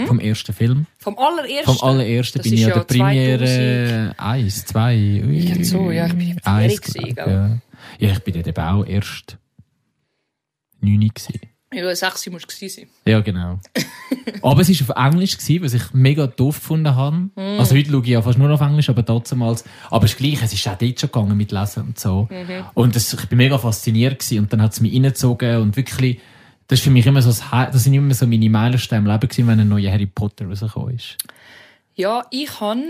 [SPEAKER 1] vom ersten Film.
[SPEAKER 2] Vom allerersten.
[SPEAKER 1] Vom allerersten
[SPEAKER 2] Mhm. Das
[SPEAKER 1] bin
[SPEAKER 2] ist
[SPEAKER 1] ich an
[SPEAKER 2] ja
[SPEAKER 1] der Premiere 1, 2,
[SPEAKER 2] Irgend so, ja, ich bin eben
[SPEAKER 1] eins,
[SPEAKER 2] vierjährig gewesen,
[SPEAKER 1] glaub, ja. ja, ich bin dort eben auch erst 9 gewesen.
[SPEAKER 2] Ja, du 6 musst gewesen sein.
[SPEAKER 1] Ja, genau. aber es war auf Englisch, gewesen, was ich mega doof gefunden habe.
[SPEAKER 2] Hm.
[SPEAKER 1] Also heute schaue ich ja fast nur auf Englisch, aber damals. Aber es ist gleich, es ist auch dort schon gegangen mit Lesen und so.
[SPEAKER 2] Mhm.
[SPEAKER 1] Und das, ich bin mega fasziniert gewesen. und dann hat es mich reingezogen und wirklich, das ist für mich immer so, das, Hi- das sind immer so meine Meilensteine im Leben gewesen, wenn ein neuer Harry Potter rausgekommen ist.
[SPEAKER 2] Ja, ich habe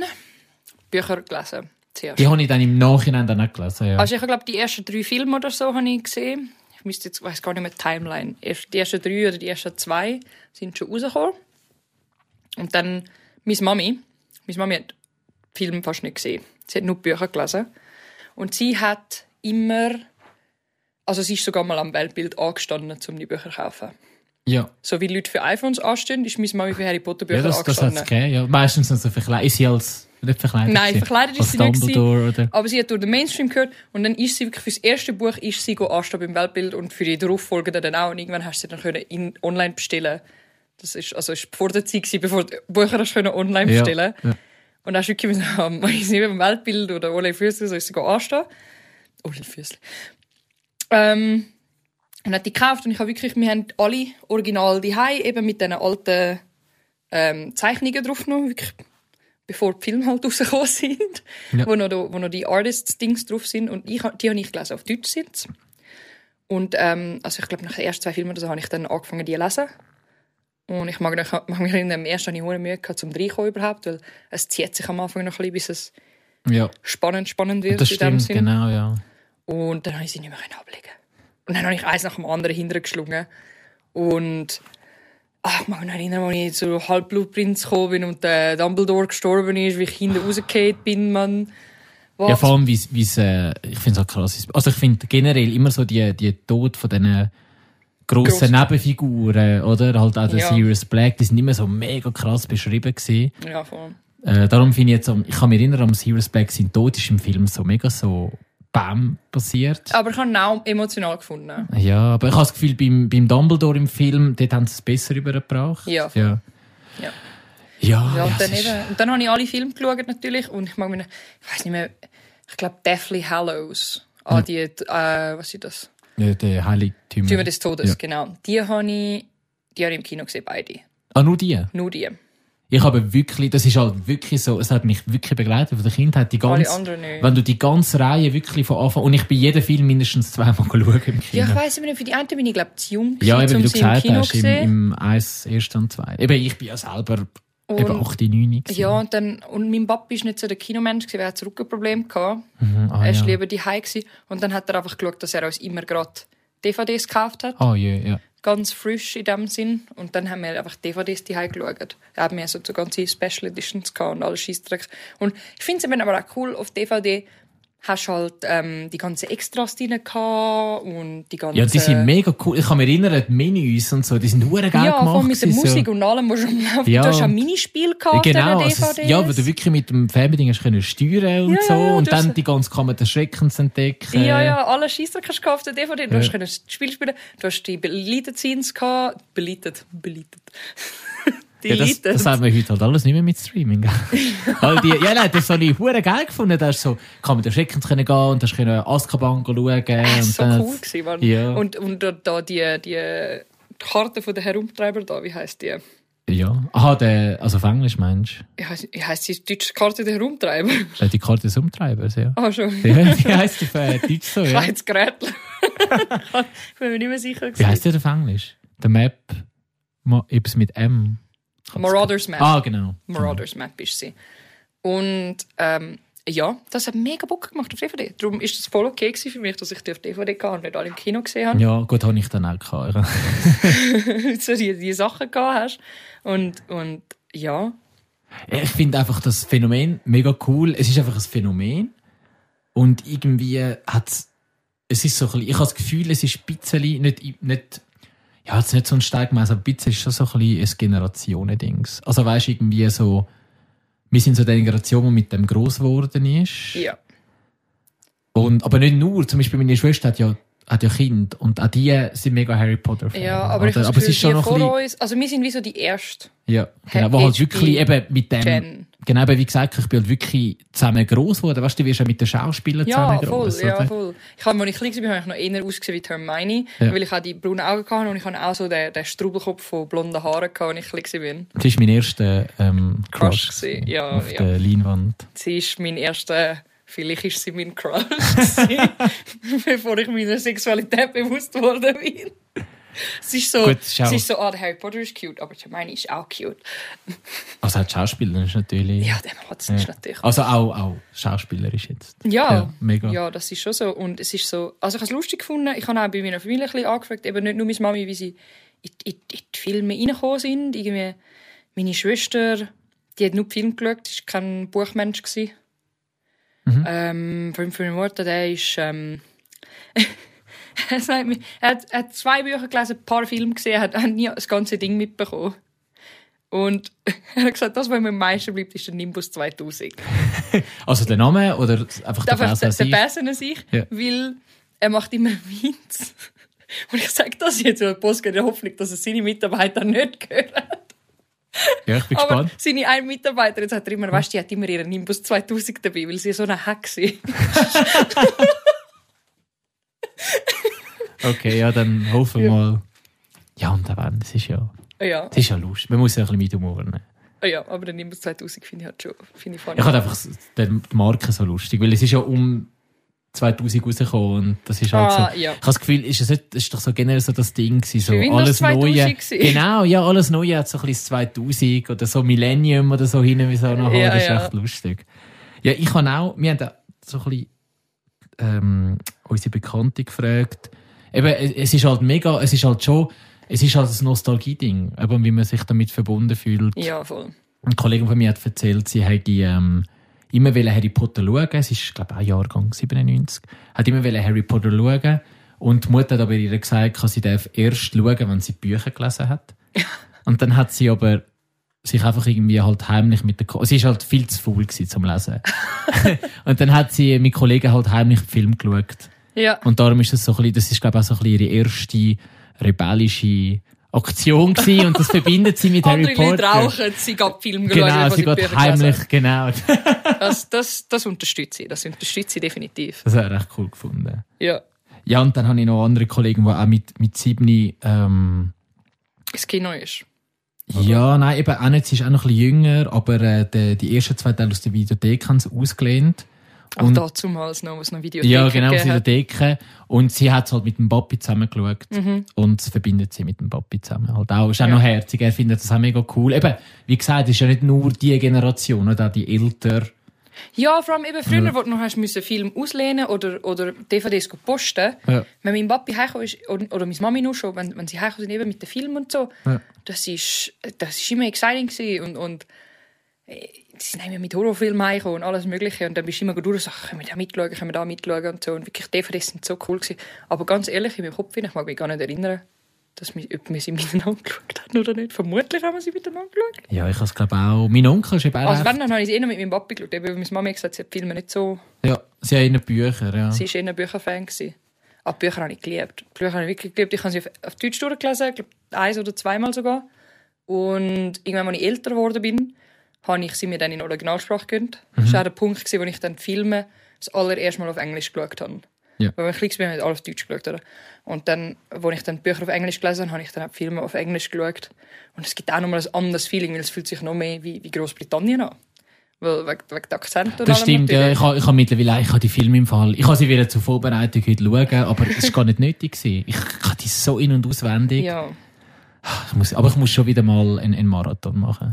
[SPEAKER 2] Bücher gelesen. Zuerst.
[SPEAKER 1] Die habe ich dann im Nachhinein dann auch gelesen, ja.
[SPEAKER 2] Also ich glaube, die ersten drei Filme oder so habe ich gesehen. Ich müsste jetzt, weiß gar nicht mehr die Timeline. Erst- Die ersten drei oder die ersten zwei sind schon rausgekommen. Und dann meine Mami. Meine Mami hat die Filme fast nicht gesehen. Sie hat nur die Bücher gelesen. Und sie hat immer... Also sie ist sogar mal am Weltbild angestanden, um die Bücher zu kaufen.
[SPEAKER 1] ja.
[SPEAKER 2] So wie Leute für iPhones anstehen, ist meine Mami für Harry Potter Bücher
[SPEAKER 1] Ja, das, das hat
[SPEAKER 2] angestanden.
[SPEAKER 1] es gegeben. Ja. Meistens sind sie verkleidet. Ist sie als, nicht verkleidet?
[SPEAKER 2] Nein,
[SPEAKER 1] gewesen?
[SPEAKER 2] verkleidet ist
[SPEAKER 1] als
[SPEAKER 2] sie nicht
[SPEAKER 1] Dumbledore oder?
[SPEAKER 2] Aber sie hat durch den Mainstream gehört und dann ist sie wirklich fürs erste Buch ist sie go anstehen beim Weltbild und für die darauffolgenden dann auch. Und irgendwann hast du sie dann können in, online bestellen. Das ist also ist vor der Zeit gewesen, bevor du Bücher hast können online
[SPEAKER 1] Ja,
[SPEAKER 2] bestellen.
[SPEAKER 1] ja.
[SPEAKER 2] Und dann hast du wirklich müssen, am ich sehe beim Weltbild oder Ole Füssli, so ist sie go anstehen. Ole Füssli. Ähm, und hat die gekauft und ich habe wirklich, wir haben alle original die eben mit diesen alten ähm, Zeichnungen drauf genommen, wirklich bevor die Filme halt rausgekommen sind,
[SPEAKER 1] Ja.
[SPEAKER 2] wo, noch, da- wo noch die Artists-Dings drauf sind. Und ich, ha- die habe ich gelesen, auf Deutsch sind Und ähm, also ich glaube, nach den ersten zwei Filmen oder so habe ich dann angefangen, die zu lesen. Und ich mag, noch- ich mag mich erinnern, am ersten hatte ich hohe Mühe gehabt, zum Reinkommen überhaupt, weil es zieht sich am Anfang noch ein bisschen, bis es
[SPEAKER 1] Ja,
[SPEAKER 2] spannend, spannend wird
[SPEAKER 1] das
[SPEAKER 2] in dem
[SPEAKER 1] stimmt,
[SPEAKER 2] Sinn.
[SPEAKER 1] genau, ja.
[SPEAKER 2] Und dann habe ich sie nicht mehr ablegen. Und dann habe ich eins nach dem anderen hintergeschlungen. Und Ach, ich mag mich noch erinnern, als ich zu Halbblutprinz gekommen bin und der Dumbledore gestorben ist, wie ich hinten rausgekehrt bin, Mann. Was?
[SPEAKER 1] Ja, vor allem, wie's, wie's, äh, ich finde es auch krass. wie's- Also ich finde generell immer so die, die Tod von diesen grossen
[SPEAKER 2] Gross.
[SPEAKER 1] Nebenfiguren, oder? Halt auch der
[SPEAKER 2] Ja.
[SPEAKER 1] Sirius Black, die sind immer so mega krass beschrieben gewesen.
[SPEAKER 2] ja, voll.
[SPEAKER 1] Äh, darum finde ich jetzt, am- ich kann mich erinnern, am Sirius Black sein Tod ist im Film so mega so bam passiert.
[SPEAKER 2] Aber ich habe ihn auch emotional gefunden.
[SPEAKER 1] Ja, aber ich habe das Gefühl, beim, beim Dumbledore im Film, dort haben sie es besser übergebracht.
[SPEAKER 2] Ja.
[SPEAKER 1] Ja.
[SPEAKER 2] Ja.
[SPEAKER 1] Ja,
[SPEAKER 2] Ja,
[SPEAKER 1] Ah, ja,
[SPEAKER 2] und,
[SPEAKER 1] es
[SPEAKER 2] dann
[SPEAKER 1] ist-
[SPEAKER 2] eben, und dann habe ich alle Filme geschaut natürlich und ich mag mich, noch- ich weiß nicht mehr, ich glaube Deathly Hallows.
[SPEAKER 1] Hm.
[SPEAKER 2] Ah, die, äh, was ist das?
[SPEAKER 1] ja, der Heiligtümer.
[SPEAKER 2] Tümer des Todes,
[SPEAKER 1] Ja.
[SPEAKER 2] genau. Die habe ich, die habe ich im Kino gesehen, beide.
[SPEAKER 1] Ah, nur die?
[SPEAKER 2] Nur die.
[SPEAKER 1] Ich habe wirklich, das ist halt wirklich so, es hat mich wirklich begleitet von der Kindheit. Die
[SPEAKER 2] Alle
[SPEAKER 1] ganze,
[SPEAKER 2] anderen nicht.
[SPEAKER 1] wenn du die ganze Reihe wirklich von Anfang und ich bin jeden Film mindestens zweimal geschaut im Kino.
[SPEAKER 2] Ja, ich weiss aber nicht, für die einen bin ich, glaube ich, zu jung
[SPEAKER 1] Ja, eben,
[SPEAKER 2] gewesen,
[SPEAKER 1] wie du
[SPEAKER 2] um sie im
[SPEAKER 1] gesagt
[SPEAKER 2] Kino
[SPEAKER 1] hast, im,
[SPEAKER 2] gesehen.
[SPEAKER 1] im 1, 1 und 2. Eben, ich bin ja selber eben
[SPEAKER 2] Und-
[SPEAKER 1] 8, 9 gewesen.
[SPEAKER 2] Ja, und dann, und mein Papi war nicht so der Kinomensch, gewesen, weil er hat ein Rückenproblem hatte.
[SPEAKER 1] Mhm, ah,
[SPEAKER 2] er war
[SPEAKER 1] ja.
[SPEAKER 2] lieber die gsi Und dann hat er einfach geschaut, dass er uns immer gerade DVDs gekauft hat.
[SPEAKER 1] Ah, ja, ja.
[SPEAKER 2] Ganz frisch in dem Sinn. Und dann haben wir einfach DVDs die geschaut. Da haben wir so so ganze Special Editions gehabt und alle Scheissdrecks. Und ich finde es eben aber auch cool, auf DVD hast du halt ähm, die ganzen Extras drin gehabt und die ganzen...
[SPEAKER 1] Ja, die sind mega cool. Ich kann mich erinnern, die Menüs und so, die sind hure geil
[SPEAKER 2] Ja,
[SPEAKER 1] gemacht.
[SPEAKER 2] von mit der
[SPEAKER 1] gewesen, so.
[SPEAKER 2] Musik und allem, was schon läuft.
[SPEAKER 1] Ja.
[SPEAKER 2] Du hast auch Minispiel
[SPEAKER 1] Ja,
[SPEAKER 2] gehabt
[SPEAKER 1] genau,
[SPEAKER 2] auf
[SPEAKER 1] also,
[SPEAKER 2] diesen
[SPEAKER 1] es-
[SPEAKER 2] DVDs.
[SPEAKER 1] ja, weil du wirklich mit dem Fernbeding hast können steuern und
[SPEAKER 2] Ja,
[SPEAKER 1] so
[SPEAKER 2] ja, ja,
[SPEAKER 1] und
[SPEAKER 2] das-
[SPEAKER 1] dann die ganze Kammer des Schreckens entdecken.
[SPEAKER 2] Ja, ja, alle Scheissdreck kannst du kaufen auf der DVD. Du
[SPEAKER 1] Ja.
[SPEAKER 2] hast können das Spiel spielen, du hast die Belighted Scenes gehabt. Belighted, belightet.
[SPEAKER 1] Ja, das,
[SPEAKER 2] Deleted.
[SPEAKER 1] das haben wir heute halt alles nicht mehr mit Streaming. gell? All die, ja, nein, das habe ich hure geil gefunden. Da hast du so, kann man den Schreckens können gehen und hast können Azkaban schauen.
[SPEAKER 2] Das
[SPEAKER 1] und
[SPEAKER 2] ist so
[SPEAKER 1] dann-
[SPEAKER 2] cool gewesen, Mann.
[SPEAKER 1] Ähm, äh, Ja.
[SPEAKER 2] Und, und da, da die, die Karte von den Herumtreiber da, wie heisst die?
[SPEAKER 1] Ja. Aha, der, also auf Englisch meinst
[SPEAKER 2] Wie heisst, wie heisst die deutsche Karte der Herumtreiber?
[SPEAKER 1] du? Äh, Die Karte des Umtreibers, ja.
[SPEAKER 2] Ah, schon.
[SPEAKER 1] Die, die heisst auf äh, Deutsch so, ja.
[SPEAKER 2] Kleines Gerätchen. ich bin mir nicht mehr sicher.
[SPEAKER 1] Wie
[SPEAKER 2] gewesen.
[SPEAKER 1] heisst der auf Englisch? Der Map, Ma- etwas mit M.
[SPEAKER 2] Marauders Map.
[SPEAKER 1] Ah, genau.
[SPEAKER 2] Marauders Map ist sie. Und ähm, ja, das hat mega Bock gemacht auf DVD. Darum ist es voll okay gewesen für mich, dass ich die auf DVD hatte und nicht alle im Kino gesehen habe.
[SPEAKER 1] Ja, gut, habe ich dann auch gehabt. ja.
[SPEAKER 2] so die, die Sachen gehabt hast. Und, und ja,
[SPEAKER 1] Ich finde einfach das Phänomen mega cool. Es ist einfach ein Phänomen. Und irgendwie hat es. Es ist so ein bisschen, ich habe das Gefühl, es ist ein bisschen nicht. nicht ja, jetzt nicht so ein Steigmaß, aber ein bisschen ist schon so ein bisschen ein Generationendings. Also weißt du, irgendwie so. Wir sind so die Generation, die mit dem gross geworden ist.
[SPEAKER 2] ja.
[SPEAKER 1] Und, aber nicht nur. Zum Beispiel meine Schwester hat ja, hat ja Kinder. Und auch die sind mega Harry Potter-Fans.
[SPEAKER 2] Ja, aber ich habe das
[SPEAKER 1] aber es
[SPEAKER 2] Gefühl,
[SPEAKER 1] ist schon
[SPEAKER 2] die
[SPEAKER 1] noch ein bisschen,
[SPEAKER 2] vor uns, also wir sind wie so die Erste.
[SPEAKER 1] ja, genau.
[SPEAKER 2] Hat
[SPEAKER 1] Wo halt
[SPEAKER 2] HP
[SPEAKER 1] wirklich eben mit dem.
[SPEAKER 2] Gen.
[SPEAKER 1] Genau, eben wie gesagt, ich bin halt wirklich zusammen gross geworden. Weißt du, du wirst ja mit den Schauspielern
[SPEAKER 2] Ja,
[SPEAKER 1] zusammen
[SPEAKER 2] voll,
[SPEAKER 1] gross.
[SPEAKER 2] ja,
[SPEAKER 1] oder?
[SPEAKER 2] voll. Ich habe, als ich klein war, habe ich noch eher ausgesehen wie Hermione,
[SPEAKER 1] Ja.
[SPEAKER 2] weil ich auch die braunen Augen hatte und ich hatte auch so den, den Strubelkopf von blonden Haaren, gehabt, als ich klein war.
[SPEAKER 1] Das war mein erster ähm,
[SPEAKER 2] Crush
[SPEAKER 1] Crush
[SPEAKER 2] gewesen. Ja,
[SPEAKER 1] auf
[SPEAKER 2] ja.
[SPEAKER 1] der Leinwand.
[SPEAKER 2] Sie ist mein erster, vielleicht ist sie mein Crush, gewesen, bevor ich meiner Sexualität bewusst worden bin. Sie ist so,
[SPEAKER 1] Gut,
[SPEAKER 2] sie
[SPEAKER 1] schau.
[SPEAKER 2] ist so ah, der Harry Potter ist cute, aber Hermione ist auch cute.
[SPEAKER 1] Also auch die Schauspielerin ist natürlich...
[SPEAKER 2] Ja, der hat es
[SPEAKER 1] Ja.
[SPEAKER 2] natürlich.
[SPEAKER 1] Also auch, auch schauspielerisch jetzt.
[SPEAKER 2] Ja,
[SPEAKER 1] Ja,
[SPEAKER 2] ja,
[SPEAKER 1] mega.
[SPEAKER 2] das ist schon so. Und es ist so, also ich habe es lustig gefunden. Ich habe auch bei meiner Familie ein bisschen angefragt, eben nicht nur meine Mami, wie sie in, in, in die Filme reingekommen sind. Irgendwie meine Schwester, die hat nur die Filme geschaut, ist kein Buchmensch gewesen.
[SPEAKER 1] Mhm.
[SPEAKER 2] Ähm, von meinem Mutter, der ist, ähm, er, sagt mir, er, hat, er hat zwei Bücher gelesen, ein paar Filme gesehen, hat, hat nie das ganze Ding mitbekommen. Und er hat gesagt, das, was mir am meisten bleibt, ist der Nimbus 2000
[SPEAKER 1] Also der Name oder einfach der Bass
[SPEAKER 2] einfach der,
[SPEAKER 1] an
[SPEAKER 2] der
[SPEAKER 1] sich?
[SPEAKER 2] Bass an sich,
[SPEAKER 1] Ja.
[SPEAKER 2] weil er macht immer einen Witz. Und ich sage das jetzt in der Post in der Hoffnung, dass es seine Mitarbeiter nicht hören.
[SPEAKER 1] Ja, ich bin
[SPEAKER 2] Aber
[SPEAKER 1] gespannt.
[SPEAKER 2] seine eine Mitarbeiterin jetzt hat er immer, weißt du, die hat immer ihren Nimbus 2000 dabei, weil sie so eine Hexe ist.
[SPEAKER 1] Okay, ja, dann hoffen wir mal. Ja, und der Wand, das ist ja...
[SPEAKER 2] Ah Ja, ah
[SPEAKER 1] Das ist ja lustig. Man muss ja ein bisschen mit Humor ne? nehmen.
[SPEAKER 2] ja, aber der Nimbus 2000 finde ich halt schon finde ich funny.
[SPEAKER 1] Ich habe einfach s- den- die Marke so lustig, weil es ist ja um 2000 rausgekommen und das ist halt
[SPEAKER 2] Ah,
[SPEAKER 1] so.
[SPEAKER 2] ja.
[SPEAKER 1] Ich habe das Gefühl, ist es nicht, ist doch so generell so das Ding gewesen, so
[SPEAKER 2] Für Windows
[SPEAKER 1] alles
[SPEAKER 2] 2000
[SPEAKER 1] Neue.
[SPEAKER 2] gewesen.
[SPEAKER 1] Genau, ja, alles Neue hat so ein bisschen das 2000 oder so Millennium oder so hin, wie so noch
[SPEAKER 2] Ja,
[SPEAKER 1] das ist
[SPEAKER 2] ja.
[SPEAKER 1] echt lustig. Ja, ich habe auch, wir haben da so ein bisschen ähm, unsere Bekannte gefragt. Eben, es es ist halt mega, es ist halt schon, Es ist halt ein Nostalgie-Ding, eben wie man sich damit verbunden fühlt.
[SPEAKER 2] Ja, voll.
[SPEAKER 1] Ein Kollege von mir hat erzählt, sie hätte ähm, immer wollen Harry Potter schauen. Es ist, glaube ich, ein Jahrgang 97. Hat immer wollen Harry Potter schauen. Und die Mutter hat aber ihr gesagt, dass sie darf erst schauen, wenn sie Bücher gelesen hat. Und dann hat sie aber sich einfach irgendwie halt heimlich mit der Ko sie ist halt viel zu faul gewesen zum Lesen und dann hat sie mit Kollegen halt heimlich den Film geschaut.
[SPEAKER 2] Ja,
[SPEAKER 1] und darum ist das so ein bisschen, das ist glaube ich auch so ein bisschen ihre erste rebellische Aktion gewesen. und das verbindet sie mit Harry
[SPEAKER 2] andere Leute
[SPEAKER 1] Potter
[SPEAKER 2] rauchen, sie gehen die Film schauen,
[SPEAKER 1] genau
[SPEAKER 2] was
[SPEAKER 1] sie
[SPEAKER 2] die
[SPEAKER 1] geht
[SPEAKER 2] Bücher gelesen
[SPEAKER 1] heimlich
[SPEAKER 2] haben.
[SPEAKER 1] genau
[SPEAKER 2] Das, das, das unterstütze ich, das unterstütze ich definitiv.
[SPEAKER 1] Das habe ich recht cool gefunden.
[SPEAKER 2] Ja,
[SPEAKER 1] Ja, und dann habe ich noch andere Kollegen, die auch mit, mit sieben, ähm,
[SPEAKER 2] das Kino ist.
[SPEAKER 1] ja, nein, eben auch nicht, sie ist auch noch ein bisschen jünger, aber äh, die, die ersten zwei Teile aus der Videothek haben sie ausgelehnt.
[SPEAKER 2] Auch dazu mal noch, was noch Videotheken
[SPEAKER 1] Ja, genau, aus
[SPEAKER 2] gegeben
[SPEAKER 1] der
[SPEAKER 2] hat.
[SPEAKER 1] Decke. Und sie hat es halt mit dem Papi zusammen geschaut. Und es verbindet sie mit dem Papi zusammen. Halt auch, ist auch
[SPEAKER 2] Mhm. Ja.
[SPEAKER 1] noch herzig. Er findet das auch mega cool. Eben, wie gesagt, ist ja nicht nur die Generation, oder auch die Eltern.
[SPEAKER 2] Ja, vor allem eben früher, wo du noch hast müssen Film auslehnen oder, oder DVDs posten
[SPEAKER 1] Ja.
[SPEAKER 2] Wenn mein Papi heimgekommen ist, oder, oder meine Mami nur schon, wenn, wenn sie heimgekommen sind eben mit den Filmen und so,
[SPEAKER 1] Ja.
[SPEAKER 2] das ist, das ist immer exciting gewesen und, und äh, sie sind immer mit Horrorfilmen heimgekommen und alles mögliche und dann bist du immer durch und sagst, können wir da mitschauen, können wir da mitschauen und so und wirklich DVDs sind so cool gewesen. Aber ganz ehrlich, in meinem Kopf, ich mag mich gar nicht erinnern, dass wir, ob wir sie miteinander geschaut haben oder nicht. Vermutlich haben wir sie miteinander geschaut.
[SPEAKER 1] Ja, ich habe es glaube auch. Mein Onkel ist eben auch.
[SPEAKER 2] Also
[SPEAKER 1] recht-
[SPEAKER 2] wenn, dann habe ich sie eh noch mit meinem Papi geschaut, eben, weil meine Mami hat gesagt, sie hat die Filme nicht so
[SPEAKER 1] Ja, sie haben in den Büchern, ja.
[SPEAKER 2] Sie war eher ein Bücherfan. gewesen. Aber Bücher habe ich geliebt. Die Bücher habe ich wirklich geliebt. Ich habe sie auf- auf Deutsch durchgelesen, ich glaube eins oder zweimal sogar. Und irgendwann, als ich älter geworden bin, habe ich sie mir dann in Originalsprache gegönnt. Das
[SPEAKER 1] Mhm.
[SPEAKER 2] war auch der Punkt, gewesen, wo ich dann die Filme das allererste Mal auf Englisch geschaut habe.
[SPEAKER 1] Ja.
[SPEAKER 2] Weil wenn ich klein war, habe ich alle auf Deutsch geschaut. Oder? Und dann, als ich dann die Bücher auf Englisch gelesen habe, habe ich dann auch die Filme auf Englisch geschaut. Und es gibt auch nochmal ein anderes Feeling, weil es fühlt sich noch mehr wie, wie Großbritannien an. Weil, wegen, wegen der Akzent und
[SPEAKER 1] Das
[SPEAKER 2] allem
[SPEAKER 1] stimmt, ja.
[SPEAKER 2] natürlich.
[SPEAKER 1] Ich habe, ich habe mittlerweile ich habe die Filme im Fall. Ich habe sie wieder zur Vorbereitung heute schauen, aber es war gar nicht nötig. Gewesen. Ich kann die so in- und auswendig.
[SPEAKER 2] Ja.
[SPEAKER 1] Ich muss, aber ich muss schon wieder mal einen, einen Marathon machen.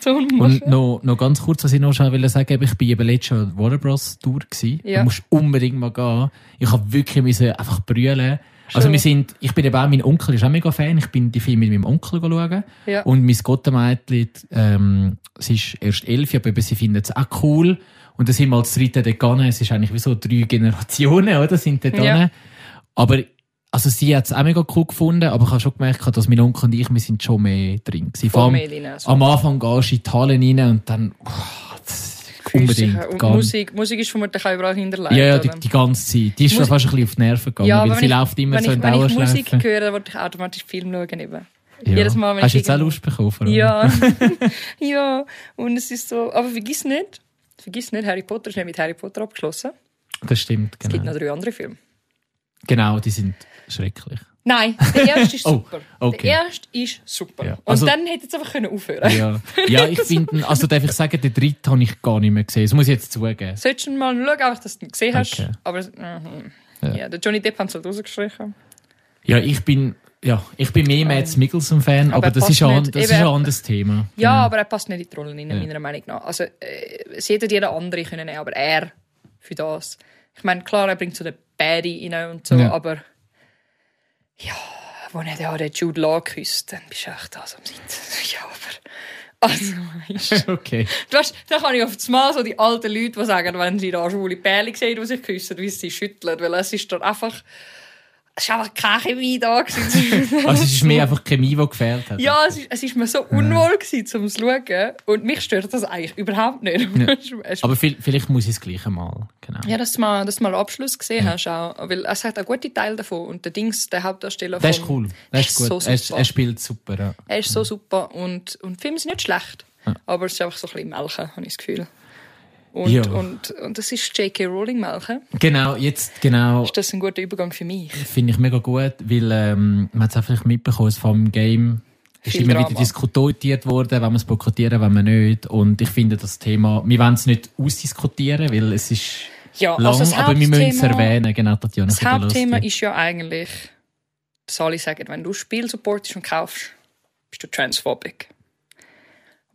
[SPEAKER 2] So ein
[SPEAKER 1] Und noch, noch ganz kurz, was ich noch schnell will sagen ich bin eben letztes Jahr an der Warner Bros. Tour gewesen.
[SPEAKER 2] Ja.
[SPEAKER 1] Du musst unbedingt mal gehen. Ich habe wirklich müssen einfach brüllen. Also
[SPEAKER 2] Schon.
[SPEAKER 1] wir sind, ich bin eben auch, mein Onkel ist auch mega Fan. Ich bin die Filme mit meinem Onkel schauen.
[SPEAKER 2] Ja.
[SPEAKER 1] Und mein Gottemädchen, ähm, sie ist erst elf, aber eben sie findet es auch cool. Und dann sind wir als dritte dort gegangen. Es ist eigentlich wie so drei Generationen, oder? Sind dort
[SPEAKER 2] Ja.
[SPEAKER 1] ja. Aber, also sie hat es auch mega cool gefunden, aber ich habe schon gemerkt, dass mein Onkel und ich, wir sind schon mehr drin. gewesen. Vor
[SPEAKER 2] Voll
[SPEAKER 1] allem-
[SPEAKER 2] mehr drin. Also.
[SPEAKER 1] am Anfang gehst du in die Hallen rein und dann oh, das
[SPEAKER 2] Fühlst dich
[SPEAKER 1] unbedingt.
[SPEAKER 2] auch- Und
[SPEAKER 1] gehen.
[SPEAKER 2] Musik, Musik ist vermutlich auch überall hinterlegt.
[SPEAKER 1] ja, ja, die,
[SPEAKER 2] oder?
[SPEAKER 1] die ganze Zeit. Die ist schon
[SPEAKER 2] Musik-
[SPEAKER 1] fast ein bisschen auf die Nerven gegangen,
[SPEAKER 2] Ja, aber
[SPEAKER 1] weil sie
[SPEAKER 2] wenn ich-
[SPEAKER 1] läuft immer
[SPEAKER 2] wenn
[SPEAKER 1] so
[SPEAKER 2] ich,
[SPEAKER 1] in
[SPEAKER 2] wenn ich Musik
[SPEAKER 1] Dauerschleife.
[SPEAKER 2] höre, wollte ich automatisch Film schauen. Eben.
[SPEAKER 1] Ja.
[SPEAKER 2] jedes Mal, wenn
[SPEAKER 1] Hast du
[SPEAKER 2] ich
[SPEAKER 1] jetzt auch
[SPEAKER 2] irgendwo-
[SPEAKER 1] Lust bekommen? vor allem?
[SPEAKER 2] Ja. ja. Und es ist so. Aber vergiss nicht, vergiss nicht, Harry Potter ist nicht mit Harry Potter abgeschlossen.
[SPEAKER 1] Das stimmt,
[SPEAKER 2] Es gibt
[SPEAKER 1] genau.
[SPEAKER 2] noch drei andere Filme.
[SPEAKER 1] Genau, die sind schrecklich.
[SPEAKER 2] Nein, der erste ist
[SPEAKER 1] Oh,
[SPEAKER 2] super.
[SPEAKER 1] okay.
[SPEAKER 2] Der erste ist super.
[SPEAKER 1] Ja. Also-
[SPEAKER 2] Und dann hätte es einfach können aufhören.
[SPEAKER 1] Ja, ja ich finde, also darf ich sagen, den dritten habe ich gar nicht mehr gesehen. Das muss ich jetzt zugeben.
[SPEAKER 2] Solltest du mal schauen, einfach, dass du ihn gesehen hast.
[SPEAKER 1] Okay.
[SPEAKER 2] Aber mhm. ja. der Johnny Depp hat es halt rausgestrichen.
[SPEAKER 1] Ja, ich bin, ja, ich bin mehr Mads Mikkelsen-Fan, aber,
[SPEAKER 2] er
[SPEAKER 1] das
[SPEAKER 2] passt
[SPEAKER 1] ist, ein,
[SPEAKER 2] nicht.
[SPEAKER 1] das ist
[SPEAKER 2] Eben,
[SPEAKER 1] ein
[SPEAKER 2] er-
[SPEAKER 1] anderes Thema. Genau.
[SPEAKER 2] Ja, aber er passt nicht in die Rolle rein, meiner Meinung nach. Also, äh, es hätte jeder andere können nehmen, aber er für das. Ich meine, klar, er bringt so den Baddie rein und so,
[SPEAKER 1] Ja.
[SPEAKER 2] aber ja, wo nicht ja, den Jude Law küsst, dann bist du echt das am Sitzen. Ja, aber... Also, weisst
[SPEAKER 1] Genau. Okay.
[SPEAKER 2] du weißt, da kann ich auf das Mal so die alten Leute, die sagen, wenn sie da schwule Pärchen sehen, die sich küssen, wie sie sie schütteln, weil es ist dort einfach... Es ist einfach keine Chemie da gewesen.
[SPEAKER 1] Also es ist mir einfach die Chemie, die gefehlt hat.
[SPEAKER 2] Ja, es, ist, es ist mir so unwohl gewesen, um es zu schauen. Und mich stört das eigentlich überhaupt nicht. Ja,
[SPEAKER 1] Aber viel, vielleicht muss ich es gleich einmal. Genau.
[SPEAKER 2] ja dass du mal, dass du mal Abschluss gesehen hast auch. Weil es hat auch gute Teile davon. Und der Dings, der Hauptdarsteller
[SPEAKER 1] Das ist
[SPEAKER 2] vom-
[SPEAKER 1] cool.
[SPEAKER 2] der
[SPEAKER 1] Das ist
[SPEAKER 2] so
[SPEAKER 1] gut.
[SPEAKER 2] super.
[SPEAKER 1] er, er spielt super. Ja.
[SPEAKER 2] Er ist so super. Und, und die Filme sind nicht schlecht. Aber es ist einfach so ein bisschen Melken, habe ich das Gefühl. Und,
[SPEAKER 1] Ja.
[SPEAKER 2] und, und das ist J.K. Rowling Melken.
[SPEAKER 1] Genau, jetzt genau
[SPEAKER 2] Ist das ein guter Übergang für mich?
[SPEAKER 1] finde ich mega gut, weil ähm, man hat es vielleicht mitbekommen, es vom Game ist
[SPEAKER 2] Viel
[SPEAKER 1] immer wieder
[SPEAKER 2] Drama.
[SPEAKER 1] diskutiert worden, wenn man es boykottieren, wenn man nicht. Und ich finde das Thema, wir wollen es nicht ausdiskutieren, weil es ist
[SPEAKER 2] Ja,
[SPEAKER 1] lang,
[SPEAKER 2] Also das
[SPEAKER 1] aber wir müssen es
[SPEAKER 2] Hauptthema-
[SPEAKER 1] erwähnen. Genau, Tatjana, ich
[SPEAKER 2] Das
[SPEAKER 1] bin
[SPEAKER 2] Hauptthema
[SPEAKER 1] lustig.
[SPEAKER 2] ist ja eigentlich, das alle sagen, wenn du ein Spiel supportest und kaufst, bist du transphobic.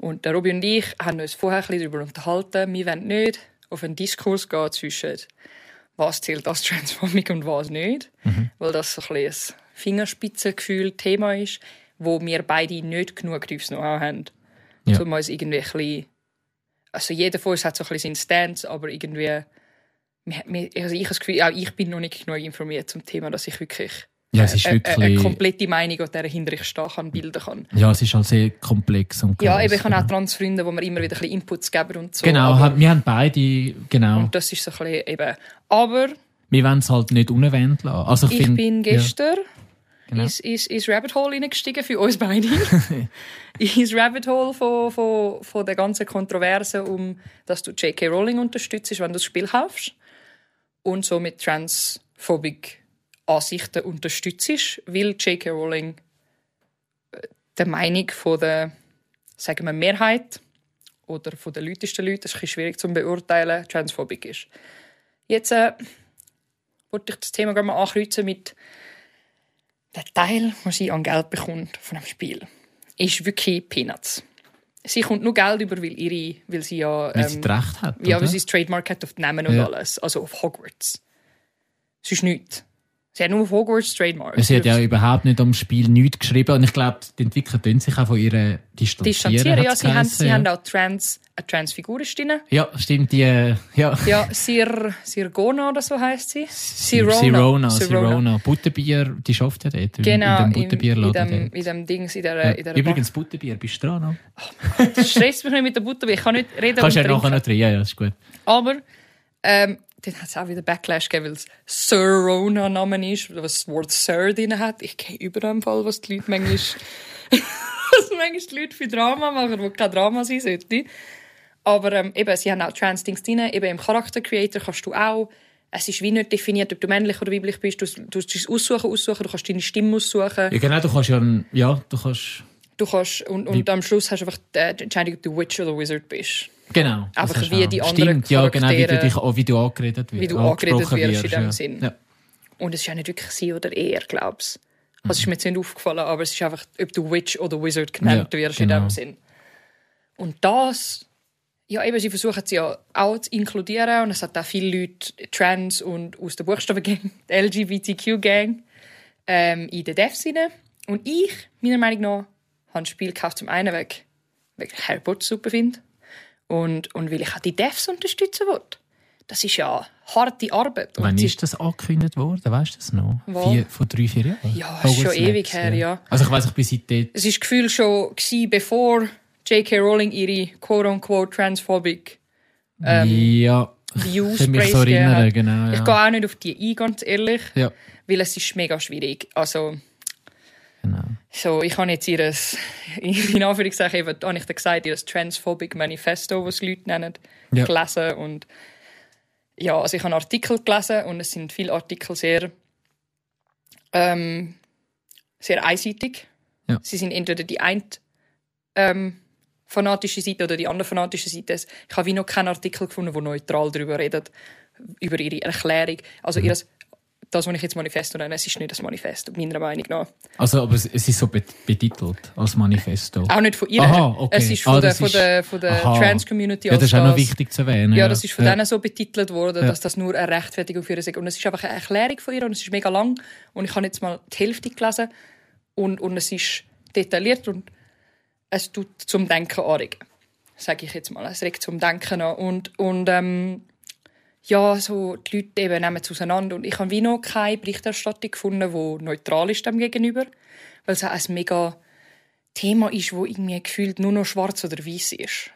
[SPEAKER 2] Und der Robi und ich haben uns vorher ein bisschen darüber unterhalten. Wir wollen nicht auf einen Diskurs gehen zwischen was zählt als transphobic und was nicht. Weil das so ein bisschen ein Fingerspitzengefühl Thema ist, wo wir beide nicht genug tiefes Know-how haben.
[SPEAKER 1] Ja.
[SPEAKER 2] Ja. Um uns irgendwie ein bisschen, also jeder von uns hat so ein bisschen seinen Stance, aber irgendwie, wir- wir- also ich habe das Gefühl, auch ich bin noch nicht genug informiert zum Thema, dass ich wirklich
[SPEAKER 1] Ja, es ist
[SPEAKER 2] eine, eine, eine
[SPEAKER 1] wirklich.
[SPEAKER 2] komplette Meinung, an der hinter ich stehen kann, bilden kann.
[SPEAKER 1] ja, es ist halt sehr komplex und
[SPEAKER 2] Ja,
[SPEAKER 1] gross,
[SPEAKER 2] eben, ich habe
[SPEAKER 1] ja.
[SPEAKER 2] auch Transfreunde, wo mir immer wieder ein bisschen Inputs geben und so.
[SPEAKER 1] Genau,
[SPEAKER 2] aber,
[SPEAKER 1] ha- wir haben beide, genau.
[SPEAKER 2] und das ist so ein bisschen eben. Aber
[SPEAKER 1] Wir wollen es halt nicht unerwähnt lassen. Also ich,
[SPEAKER 2] ich
[SPEAKER 1] find,
[SPEAKER 2] bin gestern
[SPEAKER 1] genau.
[SPEAKER 2] ins, ins, ins Rabbit Hole hineingestiegen für uns beide. ins Rabbit Hole von, von, von der ganzen Kontroverse, um, dass du J.K. Rowling unterstützt, wenn du das Spiel kaufst. Und somit transphobic Ansichten unterstützt, weil J.K. Rowling äh, der Meinung von der sagen wir, Mehrheit oder von den lautesten Leuten, das ist ein bisschen schwierig zu beurteilen, transphobic ist. Jetzt äh, wollte ich das Thema gerne mal ankreuzen mit der Teil, den sie an Geld bekommt von dem Spiel, ist wirklich Peanuts. Sie kommt nur Geld über, weil, ihre, weil sie ja...
[SPEAKER 1] ja, wenn
[SPEAKER 2] ähm,
[SPEAKER 1] sie recht hat.
[SPEAKER 2] ja,
[SPEAKER 1] oder?
[SPEAKER 2] aber sie das Trademark hat auf die Namen und
[SPEAKER 1] Ja.
[SPEAKER 2] alles. Also auf Hogwarts. Es ist nichts. Sie hat nur auf Hogwarts Trademark.
[SPEAKER 1] Sie hat ja überhaupt nicht am Spiel nichts geschrieben und ich glaube, die Entwickler tun sich auch von ihr distanzieren.
[SPEAKER 2] distanzieren. Ja,
[SPEAKER 1] hat's
[SPEAKER 2] sie haben,
[SPEAKER 1] geheissen,
[SPEAKER 2] sie
[SPEAKER 1] ja.
[SPEAKER 2] haben auch Trans, eine Transfigur ist drin.
[SPEAKER 1] Ja, stimmt, die, äh, ja.
[SPEAKER 2] Ja, Sir, Sirgona oder so heißt sie. Sirona.
[SPEAKER 1] Sirona,
[SPEAKER 2] Sirona.
[SPEAKER 1] Sirona. Butterbier, die schafft ja dort.
[SPEAKER 2] Genau,
[SPEAKER 1] In
[SPEAKER 2] in
[SPEAKER 1] dem Butterbierladen.
[SPEAKER 2] in dem,
[SPEAKER 1] dort.
[SPEAKER 2] in dem Dings, in der,
[SPEAKER 1] Ja.
[SPEAKER 2] in der
[SPEAKER 1] Übrigens, Butterbier, bist du dran? noch?
[SPEAKER 2] Bar. Stress mich nicht mit der Butter, weil ich kann nicht reden
[SPEAKER 1] Kannst du
[SPEAKER 2] und
[SPEAKER 1] ja nachher
[SPEAKER 2] trinken.
[SPEAKER 1] noch drin, ja, ja, ist gut.
[SPEAKER 2] Aber ähm, dann hat es auch wieder Backlash gegeben, weil es Sirona-Name ist, was das Wort Sir drin hat. Ich kenne überall im Fall, was die Leute manchmal, was manchmal die Leute für Drama machen, wo kein Drama sein sollte. Aber ähm, eben, sie haben auch Trans-Dings drin. Eben im Charakter-Creator kannst du auch, es ist wie nicht definiert, ob du männlich oder weiblich bist. Du du kannst es aussuchen, aussuchen, du kannst deine Stimme aussuchen.
[SPEAKER 1] Ja, genau, du kannst ja, ein- ja, du kannst,
[SPEAKER 2] Du kannst, und, und am Schluss hast du einfach die die Entscheidung, ob du Witch oder Wizard bist.
[SPEAKER 1] genau. das
[SPEAKER 2] Einfach
[SPEAKER 1] kannst du
[SPEAKER 2] wie
[SPEAKER 1] auch.
[SPEAKER 2] die anderen
[SPEAKER 1] Stimmt, ja, genau, wie du
[SPEAKER 2] Charaktere-
[SPEAKER 1] dich, auch wie du angeredet wirst.
[SPEAKER 2] du angeredet
[SPEAKER 1] angesprochen
[SPEAKER 2] wirst in dem
[SPEAKER 1] ja.
[SPEAKER 2] Sinn.
[SPEAKER 1] Ja.
[SPEAKER 2] Und es ist ja nicht wirklich sie oder er, glaubst Also es ist mir jetzt nicht aufgefallen, aber es ist einfach, ob du Witch oder Wizard genannt
[SPEAKER 1] Ja,
[SPEAKER 2] wirst in
[SPEAKER 1] genau.
[SPEAKER 2] dem Sinn. Und das, ja eben, sie versuchen es ja auch zu inkludieren und es hat auch viele Leute, Trans und aus der Buchstabengang, der LGBTQ-Gang, ähm, in den Devs rein. Und ich, meiner Meinung nach, habe das Spiel gekauft zum einen weg, weil ich Harry Potter super finde und, und weil ich auch die Devs unterstützen wollte. Das ist ja harte Arbeit. Und
[SPEAKER 1] Wann
[SPEAKER 2] sie-
[SPEAKER 1] ist das angekündigt worden? Weißt du das noch?
[SPEAKER 2] Wo?
[SPEAKER 1] Vier, vor drei, vier Jahren? Oh,
[SPEAKER 2] Ja, ist schon
[SPEAKER 1] Hogwarts
[SPEAKER 2] ewig
[SPEAKER 1] Legacy,
[SPEAKER 2] her, ja.
[SPEAKER 1] Also ich weiss, ich bin seitdem...
[SPEAKER 2] es ist Gefühl schon gsi, bevor J.K. Rowling ihre quote-unquote transphobic Ähm,
[SPEAKER 1] ja, ich
[SPEAKER 2] Views
[SPEAKER 1] kann mich so
[SPEAKER 2] preisgegeben
[SPEAKER 1] erinnern,
[SPEAKER 2] hat.
[SPEAKER 1] genau.
[SPEAKER 2] Ich
[SPEAKER 1] Ja.
[SPEAKER 2] gehe auch nicht auf die ein, ganz ehrlich,
[SPEAKER 1] ja,
[SPEAKER 2] weil es ist mega schwierig. Also,
[SPEAKER 1] genau.
[SPEAKER 2] so, ich habe jetzt ihres, in Anführungszeichen, eben, habe ich dir gesagt, ihres transphobic Manifesto, was die Leute nennen,
[SPEAKER 1] Ja.
[SPEAKER 2] gelesen und ja, also ich habe Artikel gelesen und es sind viele Artikel sehr ähm, sehr einseitig.
[SPEAKER 1] Ja.
[SPEAKER 2] Sie sind entweder die eine ähm, fanatische Seite oder die andere fanatische Seite. Ich habe wie noch keinen Artikel gefunden, der neutral darüber redet, über ihre Erklärung.
[SPEAKER 1] Mhm.
[SPEAKER 2] Also ihres, das, was ich jetzt Manifesto nenne, es ist nicht das Manifesto, meiner Meinung nach.
[SPEAKER 1] Also, aber es, es ist so bet- betitelt als Manifesto.
[SPEAKER 2] Auch nicht von ihr.
[SPEAKER 1] Aha, okay.
[SPEAKER 2] Es ist von
[SPEAKER 1] Ah,
[SPEAKER 2] der,
[SPEAKER 1] das
[SPEAKER 2] von
[SPEAKER 1] ist-
[SPEAKER 2] der, von der
[SPEAKER 1] Aha.
[SPEAKER 2] Trans-Community
[SPEAKER 1] ja, das
[SPEAKER 2] als
[SPEAKER 1] ist auch noch wichtig zu erwähnen.
[SPEAKER 2] Ja, das ist von
[SPEAKER 1] ja.
[SPEAKER 2] denen so betitelt worden,
[SPEAKER 1] Ja.
[SPEAKER 2] dass das nur eine Rechtfertigung für ihre sei. Und es ist einfach eine Erklärung von ihr und es ist mega lang. Und ich habe jetzt mal die Hälfte gelesen und, und es ist detailliert und es tut zum Denken anregen. Sage ich jetzt mal. Es regt zum Denken an. Und, und ähm, ja, so die Leute eben nehmen es auseinander. Und ich habe wie noch keine Berichterstattung gefunden, die neutral ist dem gegenüber. Weil es auch ein mega Thema ist, wo irgendwie gefühlt nur noch schwarz oder weiß ist.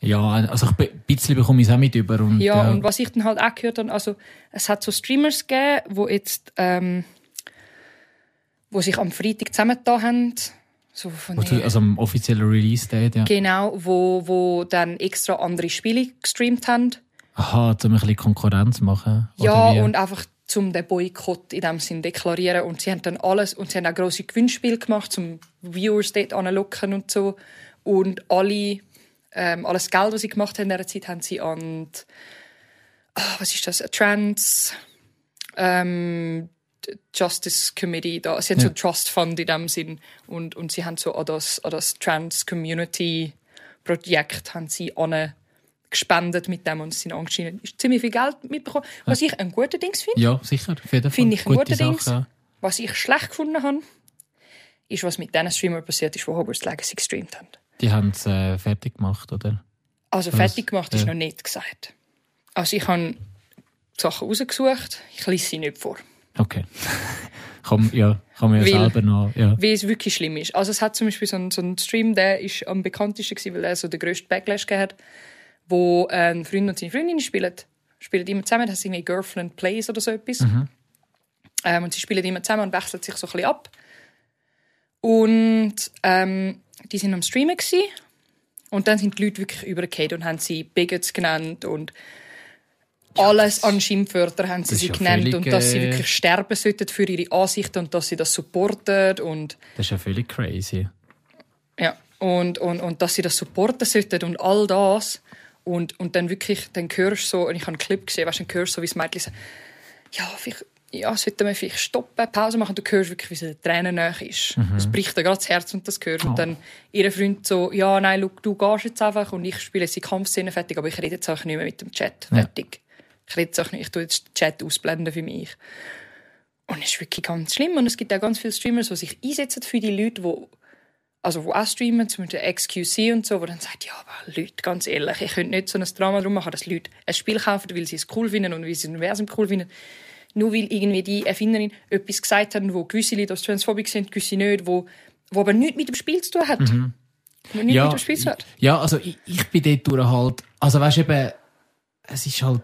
[SPEAKER 1] Ja, also ich, be- ein bisschen bekomme ich es auch mit über. Und,
[SPEAKER 2] Ja, und was ich dann halt auch gehört habe, also es hat so Streamers gegeben, wo jetzt, ähm, wo sich am Freitag zusammengetan haben, so von
[SPEAKER 1] wo du-
[SPEAKER 2] den-
[SPEAKER 1] Also am offiziellen Release-Date, ja.
[SPEAKER 2] genau, wo, wo dann extra andere Spiele gestreamt haben.
[SPEAKER 1] Aha, um ein bisschen Konkurrenz zu machen.
[SPEAKER 2] Ja,
[SPEAKER 1] oder wie?
[SPEAKER 2] und einfach zum den Boykott in dem Sinn deklarieren und sie haben dann alles und sie haben auch große Gewinnspiele gemacht zum Viewers dort anlocken und so und alle ähm, alles Geld was sie gemacht haben in dieser Zeit haben sie an die, ah, was ist das Trans ähm, Justice Committee da sie haben so
[SPEAKER 1] Ja.
[SPEAKER 2] einen Trust Fund in dem Sinn und und sie haben so an das an das Trans Community Projekt haben sie an gespendet mit dem und es sind anscheinend ziemlich viel Geld mitbekommen. Was ich ein guter Dings finde.
[SPEAKER 1] Ja, sicher. auf jeden Fall.
[SPEAKER 2] Finde ich ein
[SPEAKER 1] Gute
[SPEAKER 2] guter
[SPEAKER 1] Sache,
[SPEAKER 2] Dings.
[SPEAKER 1] ja.
[SPEAKER 2] Was ich schlecht gefunden habe, ist, was mit diesen Streamern passiert ist, die Hogwarts Legacy gestreamt haben.
[SPEAKER 1] Die haben es äh, fertig gemacht, oder?
[SPEAKER 2] Also
[SPEAKER 1] Was?
[SPEAKER 2] fertig gemacht ist
[SPEAKER 1] Ja.
[SPEAKER 2] noch nicht gesagt. Also ich habe Sachen rausgesucht, ich lese sie nicht vor.
[SPEAKER 1] Okay. kann, ja, kann man ja
[SPEAKER 2] Weil-
[SPEAKER 1] selber noch. Ja.
[SPEAKER 2] Wie es wirklich schlimm ist. Also es hat zum Beispiel so einen, so einen Stream, der ist am bekanntesten gewesen, weil er so den grössten Backlash gehabt hat, wo ein Freund und seine Freundin spielen. Spielen immer zusammen, das heißt irgendwie Girlfriend Plays oder so etwas.
[SPEAKER 1] Mhm.
[SPEAKER 2] Ähm, und sie spielen immer zusammen und wechseln sich so ein bisschen ab. Und ähm, die sind am Streamen gewesen. Und dann sind die Leute wirklich übergekommen und haben sie Bigots genannt und alles an Schimpfwörter haben sie
[SPEAKER 1] das
[SPEAKER 2] sie
[SPEAKER 1] ist ja
[SPEAKER 2] genannt und
[SPEAKER 1] völlig,
[SPEAKER 2] dass sie
[SPEAKER 1] äh,
[SPEAKER 2] wirklich sterben sollten für ihre Ansichten und dass sie das supporten und
[SPEAKER 1] Das ist ja völlig crazy.
[SPEAKER 2] ja, und, und, und dass sie das supporten sollten und all das. Und, und dann wirklich, dann hörst du so, und ich habe einen Clip gesehen, weißt du, dann hörst du so, wie das Mädchen sagt, ja, vielleicht, ja, sollten wir vielleicht stoppen, Pause machen. Du hörst wirklich, wie sie den Tränen nach ist. Es bricht dir gerade das Herz, und das hörst.
[SPEAKER 1] Mhm. Oh.
[SPEAKER 2] Und dann ihr Freund so, ja, nein, look, du gehst jetzt einfach und ich spiele jetzt die Kampfszene fertig, aber ich rede jetzt auch nicht mehr mit dem Chat
[SPEAKER 1] Ja.
[SPEAKER 2] fertig. Ich rede jetzt auch nicht, ich tue jetzt den Chat ausblenden für mich. Und es ist wirklich ganz schlimm. Und es gibt auch ganz viele Streamers, die sich einsetzen für die Leute, die also wo auch streamen, zum Beispiel XQC und so, wo dann sagt, ja, aber Leute, ganz ehrlich, ich könnte nicht so ein Drama drum machen, dass Leute ein Spiel kaufen, weil sie es cool finden und weil sie das Universum cool finden. Nur weil irgendwie die Erfinderin etwas gesagt haben, wo gewisse Leute als transphobic sind, gewisse nicht, wo, wo aber nichts mit dem Spiel zu tun hat. Wo nichts mit dem Spiel zu tun hat.
[SPEAKER 1] Mhm. Ja, also ich, ich bin dort durch halt, also weißt du eben, es ist halt,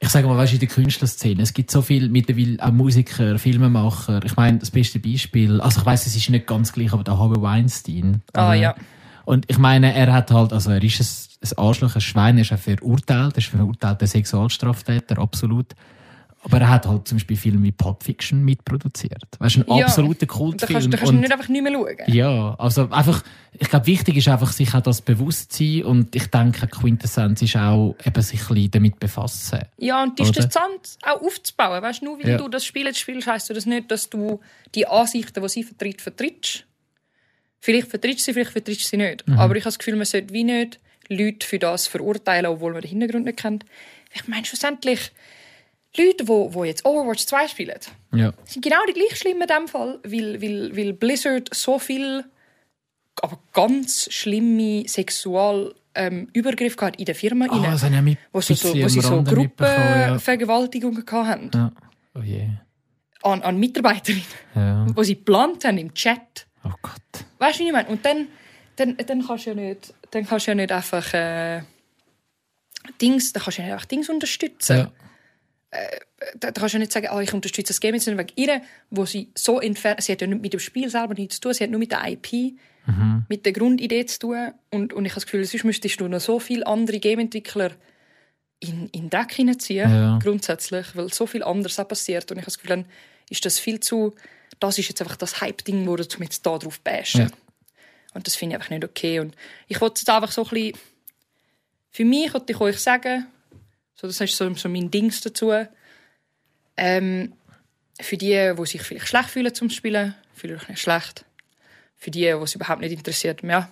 [SPEAKER 1] ich sage mal, weißt du, in der Künstlerszene, es gibt so viel mittlerweile auch Musiker, Filmemacher, ich meine, das beste Beispiel, also ich weiß, es ist nicht ganz gleich, aber der Harvey Weinstein.
[SPEAKER 2] Ah,
[SPEAKER 1] Äh,
[SPEAKER 2] ja.
[SPEAKER 1] Und ich meine, er hat halt, also er ist ein, ein Arschloch, ein Schwein, er ist auch verurteilt, er ist verurteilter Sexualstraftäter, absolut. Aber er hat halt zum Beispiel Filme wie Pulp Fiction mitproduziert. Weißt du, ein
[SPEAKER 2] Ja.
[SPEAKER 1] absoluter
[SPEAKER 2] Und da
[SPEAKER 1] Kultfilm.
[SPEAKER 2] kannst, da kannst du
[SPEAKER 1] und-
[SPEAKER 2] nicht einfach nicht mehr schauen.
[SPEAKER 1] ja, also einfach, ich glaube, wichtig ist einfach, sich auch das bewusst zu sein und ich denke, die Quintessenz ist auch, eben sich ein bisschen damit befassen.
[SPEAKER 2] Ja, und die ist
[SPEAKER 1] Oder?
[SPEAKER 2] interessant auch aufzubauen. Weißt, du, nur weil
[SPEAKER 1] Ja.
[SPEAKER 2] du das Spiel jetzt spielst, heisst du das nicht, dass du die Ansichten, die sie vertritt, vertrittst. Vielleicht vertrittst du sie, vielleicht vertrittst du sie nicht.
[SPEAKER 1] Mhm.
[SPEAKER 2] Aber ich habe das Gefühl, man sollte wie nicht Leute für das verurteilen, obwohl man den Hintergrund nicht kennt. Ich meine, schlussendlich, Leute, die wo, wo jetzt Overwatch 2 spielen,
[SPEAKER 1] Ja.
[SPEAKER 2] sind genau die gleich schlimm in dem Fall, weil, weil, weil Blizzard so viel, aber ganz schlimme Sexual ähm, Übergriff hat in der Firma.
[SPEAKER 1] Ah,
[SPEAKER 2] rein
[SPEAKER 1] das habe ich auch mit
[SPEAKER 2] wo sie so,
[SPEAKER 1] bisschen
[SPEAKER 2] wo
[SPEAKER 1] am
[SPEAKER 2] sie so
[SPEAKER 1] Rande mitbekommen,
[SPEAKER 2] Gruppenvergewaltigungen hatten
[SPEAKER 1] Ja. Oh je.
[SPEAKER 2] an, an Mitarbeiterinnen,
[SPEAKER 1] Ja.
[SPEAKER 2] wo sie geplant haben im Chat.
[SPEAKER 1] Oh Gott.
[SPEAKER 2] Weißt du, wie ich meine? Und dann, dann, dann kannst du ja nicht, dann kannst du ja nicht einfach äh, Dings, dann kannst du ja nicht einfach Dings unterstützen.
[SPEAKER 1] Ja.
[SPEAKER 2] Da, da kannst du ja nicht sagen, ah, ich unterstütze das Game jetzt nicht wegen ihr, wo sie so entfernt, sie hat ja nicht mit dem Spiel selber nichts zu tun, sie hat nur mit der IP,
[SPEAKER 1] Mhm.
[SPEAKER 2] mit der Grundidee zu tun. Und, und ich habe das Gefühl, sonst müsstest du noch so viele andere Gameentwickler in, in den Dreck hineinziehen,
[SPEAKER 1] Ja.
[SPEAKER 2] grundsätzlich, weil so viel anderes auch passiert. Und ich habe das Gefühl, dann ist das viel zu, das ist jetzt einfach das Hype-Ding, wo du jetzt da drauf bashen.
[SPEAKER 1] Ja.
[SPEAKER 2] Und das finde ich einfach nicht okay. Und ich wollte jetzt einfach so ein bisschen, für mich wollte ich euch sagen, so, das ist so, so mein Dings dazu, ähm, für die, die sich vielleicht schlecht fühlen zum Spielen, fühlt euch nicht schlecht. Für die, die es überhaupt nicht interessiert, ja,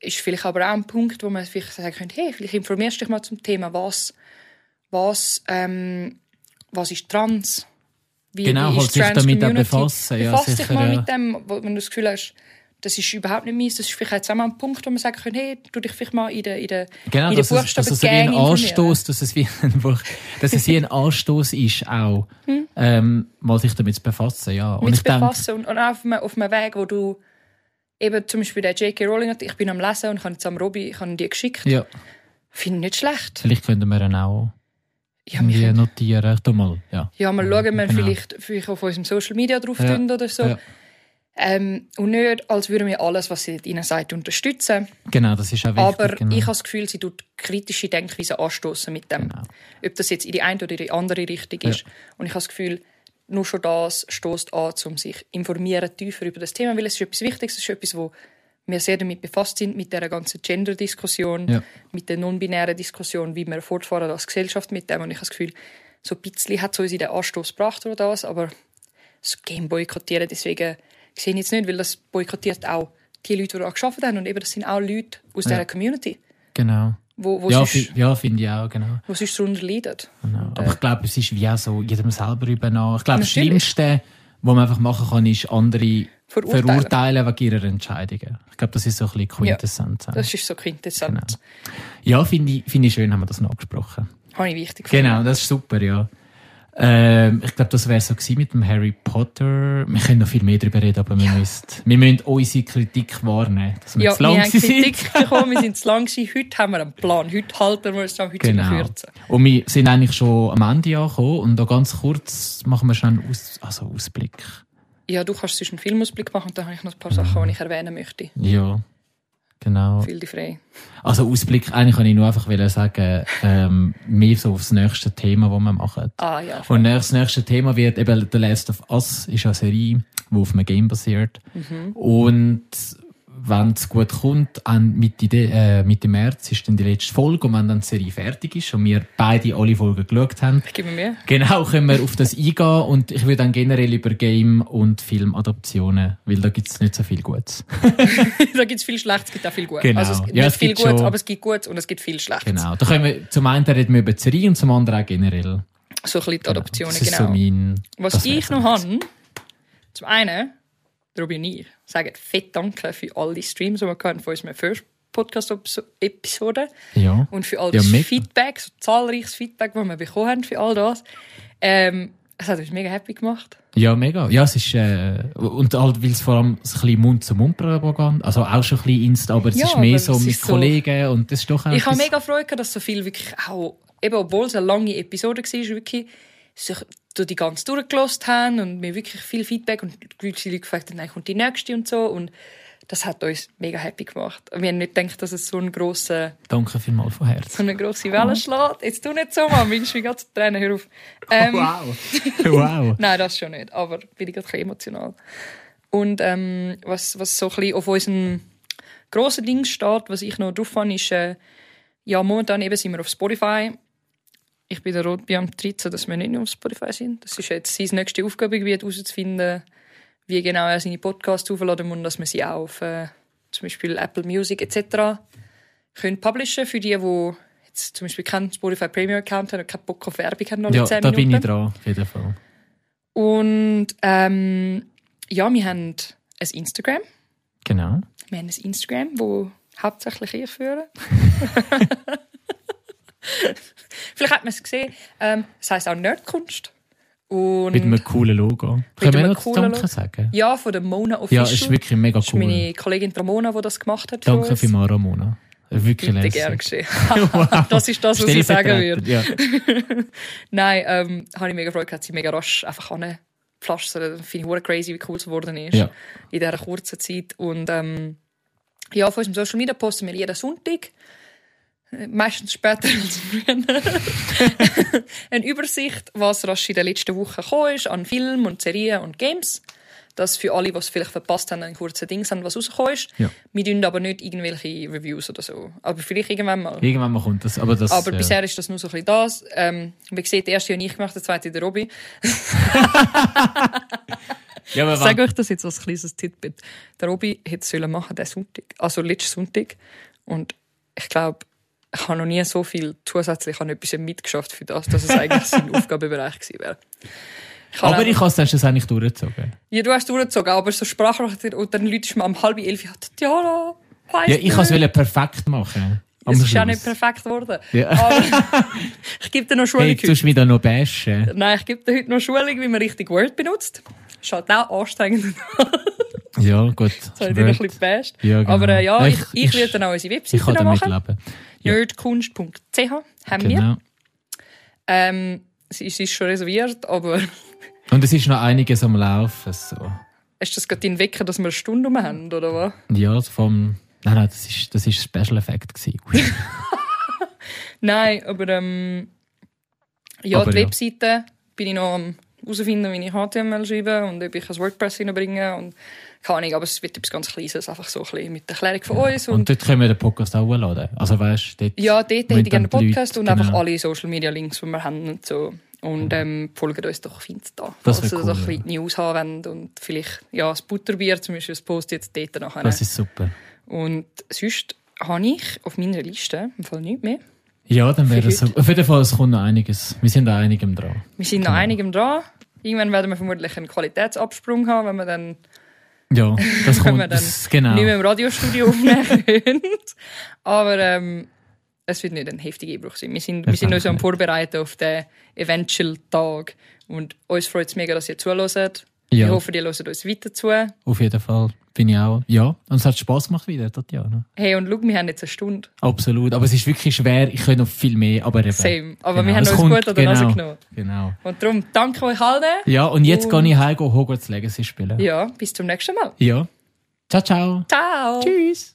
[SPEAKER 2] ist vielleicht aber auch ein Punkt, wo man vielleicht sagen könnte, hey, vielleicht informierst du dich mal zum Thema, was, was, ähm, was ist trans? Wie,
[SPEAKER 1] Genau,
[SPEAKER 2] wie
[SPEAKER 1] halt
[SPEAKER 2] ist
[SPEAKER 1] sich
[SPEAKER 2] trans
[SPEAKER 1] damit auch
[SPEAKER 2] Community?
[SPEAKER 1] befassen, ja,
[SPEAKER 2] Befass dich
[SPEAKER 1] sicher,
[SPEAKER 2] mal
[SPEAKER 1] ja.
[SPEAKER 2] mit dem, wo, wenn du das Gefühl hast, das ist überhaupt nicht meins, das ist vielleicht jetzt auch mal ein Punkt, wo man sagen könnte, hey, tu dich vielleicht mal in der, in der,
[SPEAKER 1] Genau,
[SPEAKER 2] in der
[SPEAKER 1] dass es, dass es wie ein
[SPEAKER 2] Buchstabengang informieren.
[SPEAKER 1] Anstoß, dass es wie ein, Buch- dass es wie ein Anstoß ist, auch ähm, mal sich damit zu befassen. Ja. Und
[SPEAKER 2] Hm? mit
[SPEAKER 1] ich denke,
[SPEAKER 2] befassen und, und auch auf einem, auf einem Weg, wo du eben zum Beispiel der J.K. Rowling, hat- ich bin am Lesen und ich habe jetzt am Robby, ich habe die geschickt,
[SPEAKER 1] ja,
[SPEAKER 2] finde ich nicht schlecht.
[SPEAKER 1] vielleicht könnten wir ihn auch
[SPEAKER 2] Ja, wir
[SPEAKER 1] irgendwie
[SPEAKER 2] können-
[SPEAKER 1] notieren. Ich tu mal. Ja.
[SPEAKER 2] ja mal schauen, wenn wir
[SPEAKER 1] Genau.
[SPEAKER 2] vielleicht, vielleicht auf unserem Social Media drauf
[SPEAKER 1] Ja.
[SPEAKER 2] tun oder so.
[SPEAKER 1] Ja.
[SPEAKER 2] Ähm, und nicht, als würden wir alles, was sie ihnen sagt, unterstützen.
[SPEAKER 1] Genau, das ist auch wichtig.
[SPEAKER 2] Aber
[SPEAKER 1] genau.
[SPEAKER 2] ich habe das Gefühl, sie tut kritische Denkweise anstoßen mit dem.
[SPEAKER 1] Genau.
[SPEAKER 2] Ob das jetzt in die eine oder in die andere Richtung ist. Und ich habe das Gefühl, nur schon das stoßt an, um sich informieren tiefer über das Thema, weil es ist etwas Wichtiges, es ist etwas, wo wir sehr damit befasst sind, mit der ganzen Gender-Diskussion,
[SPEAKER 1] Ja.
[SPEAKER 2] mit der non-binären Diskussion, wie wir fortfahren als Gesellschaft mit dem. Und ich habe das Gefühl, so ein bisschen hat es uns in den Anstoß gebracht oder das, aber das Game boykottieren, deswegen sehe ich jetzt nicht, weil das boykottiert auch die Leute, die daran gearbeitet haben. Und eben, das sind auch Leute aus dieser Community,
[SPEAKER 1] genau.
[SPEAKER 2] wo, wo,
[SPEAKER 1] Ja,
[SPEAKER 2] sonst,
[SPEAKER 1] fi- ja finde ich auch, genau.
[SPEAKER 2] wo sonst darunter leiden.
[SPEAKER 1] genau. Aber ich glaube, es ist wie auch so jedem selber übernommen. Ich glaube, das
[SPEAKER 2] Natürlich.
[SPEAKER 1] Schlimmste, was man einfach machen kann, ist andere
[SPEAKER 2] Verurteilen.
[SPEAKER 1] verurteilen wegen ihrer Entscheidungen. Ich glaube, das ist so ein bisschen Quintessenz.
[SPEAKER 2] Das ist so quintessent.
[SPEAKER 1] Genau. Ja, finde ich, finde ich schön, haben wir das noch angesprochen.
[SPEAKER 2] Habe ich wichtig
[SPEAKER 1] Genau, das ist super, ja. Ähm, ich glaube, das wäre so gewesen mit dem Harry Potter. Wir können noch viel mehr darüber reden, aber wir, müssen, wir müssen unsere Kritik wahrnehmen, dass wir
[SPEAKER 2] Ja,
[SPEAKER 1] zu lang
[SPEAKER 2] wir haben
[SPEAKER 1] sind.
[SPEAKER 2] Kritik bekommen, wir sind zu lang gewesen. Heute haben wir einen Plan. Heute halten wir es an, heute sind wir
[SPEAKER 1] Genau.
[SPEAKER 2] kürzer.
[SPEAKER 1] Und wir sind eigentlich schon am Ende angekommen und da ganz kurz machen wir schon einen Aus also Ausblick.
[SPEAKER 2] Ja, du kannst sonst einen Filmausblick machen und dann habe ich noch ein paar Sachen, die ich erwähnen möchte.
[SPEAKER 1] Ja, genau.
[SPEAKER 2] Fühl dich frei.
[SPEAKER 1] Also Ausblick, eigentlich kann ich nur einfach wollen sagen, ähm, mehr so auf das nächste Thema, das wir machen.
[SPEAKER 2] Ah ja.
[SPEAKER 1] Und das nächste Thema wird eben The Last of Us, ist eine Serie, die auf einem Game basiert. Und wenn es gut kommt, an Mitte, De- äh, Mitte März ist dann die letzte Folge und wenn dann die Serie fertig ist und wir beide alle Folgen geschaut haben,
[SPEAKER 2] Ich gebe mir Mühe.
[SPEAKER 1] Genau, können wir auf das eingehen und ich würde dann generell über Game- und Filmadaptionen, weil da gibt es nicht so viel Gutes.
[SPEAKER 2] da gibt es viel Schlechtes, es gibt auch viel Gutes.
[SPEAKER 1] Genau.
[SPEAKER 2] Also es gibt
[SPEAKER 1] Ja,
[SPEAKER 2] nicht
[SPEAKER 1] es
[SPEAKER 2] viel
[SPEAKER 1] gibt
[SPEAKER 2] Gutes,
[SPEAKER 1] schon-
[SPEAKER 2] aber es gibt Gutes und es gibt viel Schlechtes.
[SPEAKER 1] Genau, da können wir, zum einen reden wir über die Serie und zum anderen auch generell.
[SPEAKER 2] So ein bisschen die Adoptionen,
[SPEAKER 1] Das
[SPEAKER 2] genau.
[SPEAKER 1] ist so mein...
[SPEAKER 2] Was
[SPEAKER 1] das wär's
[SPEAKER 2] ich noch
[SPEAKER 1] eigentlich.
[SPEAKER 2] habe, zum einen, Robin und ich sagen fett Danke für all die Streams, die wir hatten von unserer First Podcast-Episode
[SPEAKER 1] Ja,
[SPEAKER 2] und für all
[SPEAKER 1] Ja,
[SPEAKER 2] das
[SPEAKER 1] mega.
[SPEAKER 2] Feedback, so zahlreiches Feedback, das wir bekommen haben für all das. Ähm, es hat uns mega happy gemacht.
[SPEAKER 1] ja, mega. Ja, es ist... Äh, und halt, weil es vor allem so ein bisschen Mund-zu-Mund-Propaganda, also auch schon ein bisschen Insta, aber es
[SPEAKER 2] Ja,
[SPEAKER 1] ist mehr
[SPEAKER 2] aber
[SPEAKER 1] so
[SPEAKER 2] es
[SPEAKER 1] mit
[SPEAKER 2] ist so-
[SPEAKER 1] Kollegen und das ist doch auch
[SPEAKER 2] Ich habe
[SPEAKER 1] etwas-
[SPEAKER 2] mega Freude, gehabt, dass so viel wirklich auch, eben obwohl es eine lange Episode war, wirklich sich durch die ganze durchgelost haben und mir wirklich viel Feedback und gewisse Leute gefragt haben, nein, kommt die nächste und so. Und das hat uns mega happy gemacht. Wir haben nicht gedacht, dass es so eine grosse,
[SPEAKER 1] Danke vielmals von
[SPEAKER 2] so
[SPEAKER 1] Herzen.
[SPEAKER 2] eine grosse Welle schlägt. Jetzt tu nicht so, Mann, mindestens gerade zu Tränen, hör auf. Ähm,
[SPEAKER 1] Wow. wow.
[SPEAKER 2] Nein, das schon nicht, aber bin ich gerade ein bisschen emotional. Und ähm, was, was so ein bisschen auf unserem grossen Ding steht, was ich noch drauf habe, ist, äh, ja, momentan eben sind wir auf Spotify. Ich bin der Rotbier am 13, dass wir nicht auf Spotify sind. Das ist jetzt seine nächste Aufgabe, gewesen, herauszufinden, wie genau er seine Podcasts aufladen muss, dass wir sie auch auf äh, zum Beispiel Apple Music etc. können publishen für die, die jetzt zum Beispiel keinen Spotify Premium Account haben und keinen Bock auf Werbung haben. noch in
[SPEAKER 1] Ja,
[SPEAKER 2] 10
[SPEAKER 1] da bin ich
[SPEAKER 2] Minuten.
[SPEAKER 1] dran, auf jeden Fall.
[SPEAKER 2] Und ähm, ja, wir haben ein Instagram.
[SPEAKER 1] Genau.
[SPEAKER 2] Wir haben ein Instagram, wo hauptsächlich ich führe. Vielleicht hat man es gesehen. Ähm, es heisst auch Nerdkunst. Und
[SPEAKER 1] Mit einem coolen Logo. Können wir
[SPEAKER 2] einem
[SPEAKER 1] noch
[SPEAKER 2] coolen
[SPEAKER 1] Danke
[SPEAKER 2] Logo.
[SPEAKER 1] sagen?
[SPEAKER 2] ja, von der Mona
[SPEAKER 1] Ja,
[SPEAKER 2] Official.
[SPEAKER 1] es ist wirklich mega
[SPEAKER 2] Das ist
[SPEAKER 1] cool.
[SPEAKER 2] meine Kollegin Tramona, die das gemacht hat. für
[SPEAKER 1] Danke
[SPEAKER 2] uns.
[SPEAKER 1] für Mara Mona. Wirklich
[SPEAKER 2] Bitte gern
[SPEAKER 1] lässig.
[SPEAKER 2] geschehen.
[SPEAKER 1] Wow.
[SPEAKER 2] Das ist das, was ich sagen würde.
[SPEAKER 1] Stellvertretend, Ja.
[SPEAKER 2] Nein, ähm, habe ich mega Freude gehabt, sie mega rasch einfach angepflastert. Finde ich hure crazy, wie cool es geworden ist.
[SPEAKER 1] Ja.
[SPEAKER 2] In dieser kurzen Zeit. Und ähm, ja, auf unserem Social Media posten wir jeden Sonntag. Äh, Meistens später als früher. Eine Übersicht, was rasch in den letzten Wochen gekommen ist an Filmen und Serien und Games. Dass für alle, die es vielleicht verpasst haben, ein kurzer Ding sind, was rausgekommen ist.
[SPEAKER 1] Ja.
[SPEAKER 2] Wir tun aber nicht irgendwelche Reviews oder so. Aber vielleicht irgendwann mal.
[SPEAKER 1] Irgendwann mal kommt das. Aber das
[SPEAKER 2] Aber
[SPEAKER 1] äh,
[SPEAKER 2] bisher ist das nur so ein bisschen das. Ähm, man sieht, der erste habe ich gemacht, der zweite der Robby.
[SPEAKER 1] ja, aber
[SPEAKER 2] Ich
[SPEAKER 1] wenn,
[SPEAKER 2] sage euch das jetzt als kleines Titbit. Der Robby hätte es sollen machen, den Sonntag. Also letzten Sonntag. Und ich glaube, ich habe noch nie so viel zusätzlich an etwas mitgeschafft für das, dass es eigentlich sein Aufgabenbereich gewesen wäre. habe
[SPEAKER 1] aber
[SPEAKER 2] einfach-
[SPEAKER 1] ich habe es erst eigentlich durchgezogen.
[SPEAKER 2] Ja, du hast durchgezogen, aber so sprachlich und dann läutest du mir am halb elf, ja, Tatjana, weiss
[SPEAKER 1] Ja, ich
[SPEAKER 2] nicht.
[SPEAKER 1] habe es perfekt machen. Am
[SPEAKER 2] Es ist ja
[SPEAKER 1] Schluss.
[SPEAKER 2] nicht perfekt geworden.
[SPEAKER 1] Ja.
[SPEAKER 2] Aber ich gebe dir noch Schulung
[SPEAKER 1] Hey, du tust mich da noch bashen.
[SPEAKER 2] Nein, ich gebe dir heute noch Schulung, wie man richtig Word benutzt. Ist halt auch anstrengend,
[SPEAKER 1] Ja, gut.
[SPEAKER 2] das habe ich dir noch ein bisschen best.
[SPEAKER 1] Ja, genau.
[SPEAKER 2] Aber äh, ja, ich,
[SPEAKER 1] Ich-
[SPEAKER 2] ich,
[SPEAKER 1] ich-
[SPEAKER 2] werde dann auch unsere
[SPEAKER 1] ich
[SPEAKER 2] Webseite
[SPEAKER 1] kann
[SPEAKER 2] noch
[SPEAKER 1] damit
[SPEAKER 2] machen.
[SPEAKER 1] leben. ja.
[SPEAKER 2] Nerdkunst.ch haben wir.
[SPEAKER 1] Genau.
[SPEAKER 2] Ähm, es ist- es ist schon reserviert, aber
[SPEAKER 1] Und es ist noch einiges am Laufen. So.
[SPEAKER 2] ist das gerade dein Wecker, dass wir eine Stunde rum haben, oder was?
[SPEAKER 1] Ja, also vom. Nein, nein, das ist, das ist Special Effect. gewesen.
[SPEAKER 2] Nein, aber ähm, ja,
[SPEAKER 1] Aber
[SPEAKER 2] die
[SPEAKER 1] ja.
[SPEAKER 2] Webseite bin ich noch am herausfinden, wie ich HTML schreibe und ob ich ein WordPress hineinbringe und keine Ahnung, aber es wird etwas ganz Kleines, einfach so ein bisschen mit der Erklärung von uns und
[SPEAKER 1] Und dort können wir den Podcast auch hochladen. Also weißt du, dort.
[SPEAKER 2] Ja, dort hätte
[SPEAKER 1] Wenn
[SPEAKER 2] ich gerne einen
[SPEAKER 1] dann die
[SPEAKER 2] Podcast
[SPEAKER 1] Leute-
[SPEAKER 2] und einfach
[SPEAKER 1] genau.
[SPEAKER 2] alle Social Media Links, die wir haben und so. Und ähm, folgt uns doch auf Insta,
[SPEAKER 1] Das
[SPEAKER 2] falls
[SPEAKER 1] wär
[SPEAKER 2] ihr
[SPEAKER 1] cool,
[SPEAKER 2] so ein
[SPEAKER 1] ja.
[SPEAKER 2] bisschen die News haben wollt. Und vielleicht, ja, das Butterbier zum Beispiel, das Post jetzt dort nachher.
[SPEAKER 1] Ah, Das ist super.
[SPEAKER 2] Und sonst habe ich auf meiner Liste im Fall nichts mehr.
[SPEAKER 1] Ja, dann wäre
[SPEAKER 2] Für
[SPEAKER 1] es so. Auf jeden Fall, es kommt noch einiges. Wir sind an einigem dran.
[SPEAKER 2] Wir sind noch einigem dran. Irgendwann werden wir vermutlich einen Qualitätsabsprung haben, wenn wir dann
[SPEAKER 1] Ja, das
[SPEAKER 2] Wenn
[SPEAKER 1] kommt.
[SPEAKER 2] wir dann
[SPEAKER 1] Das, genau.
[SPEAKER 2] nicht mehr im Radiostudio aufnehmen können. Aber ähm, es wird nicht ein heftiger Einbruch sein. Wir sind, wir sind uns am Vorbereiten auf den eventual Tag. Und uns freut es mega, dass ihr zuhört. Ich
[SPEAKER 1] Ja,
[SPEAKER 2] hoffe, ihr hört uns weiter zu.
[SPEAKER 1] auf jeden Fall bin ich auch. Ja, und es hat Spass gemacht wieder, Tatjana.
[SPEAKER 2] Hey, und schau, wir haben jetzt eine Stunde.
[SPEAKER 1] Absolut. Aber es ist wirklich schwer. Ich könnte noch viel mehr, aber eben.
[SPEAKER 2] Same. Aber
[SPEAKER 1] Genau,
[SPEAKER 2] wir haben
[SPEAKER 1] es
[SPEAKER 2] uns
[SPEAKER 1] kommt,
[SPEAKER 2] gut an der
[SPEAKER 1] genau.
[SPEAKER 2] Nase genommen. Uh.
[SPEAKER 1] Genau.
[SPEAKER 2] Und darum danke euch allen.
[SPEAKER 1] Ja, und jetzt
[SPEAKER 2] Und-
[SPEAKER 1] gehe ich heim, gehe Hogwarts Legacy spielen.
[SPEAKER 2] Ja, bis zum nächsten Mal.
[SPEAKER 1] ja. Ciao, ciao.
[SPEAKER 2] Ciao.
[SPEAKER 1] Tschüss.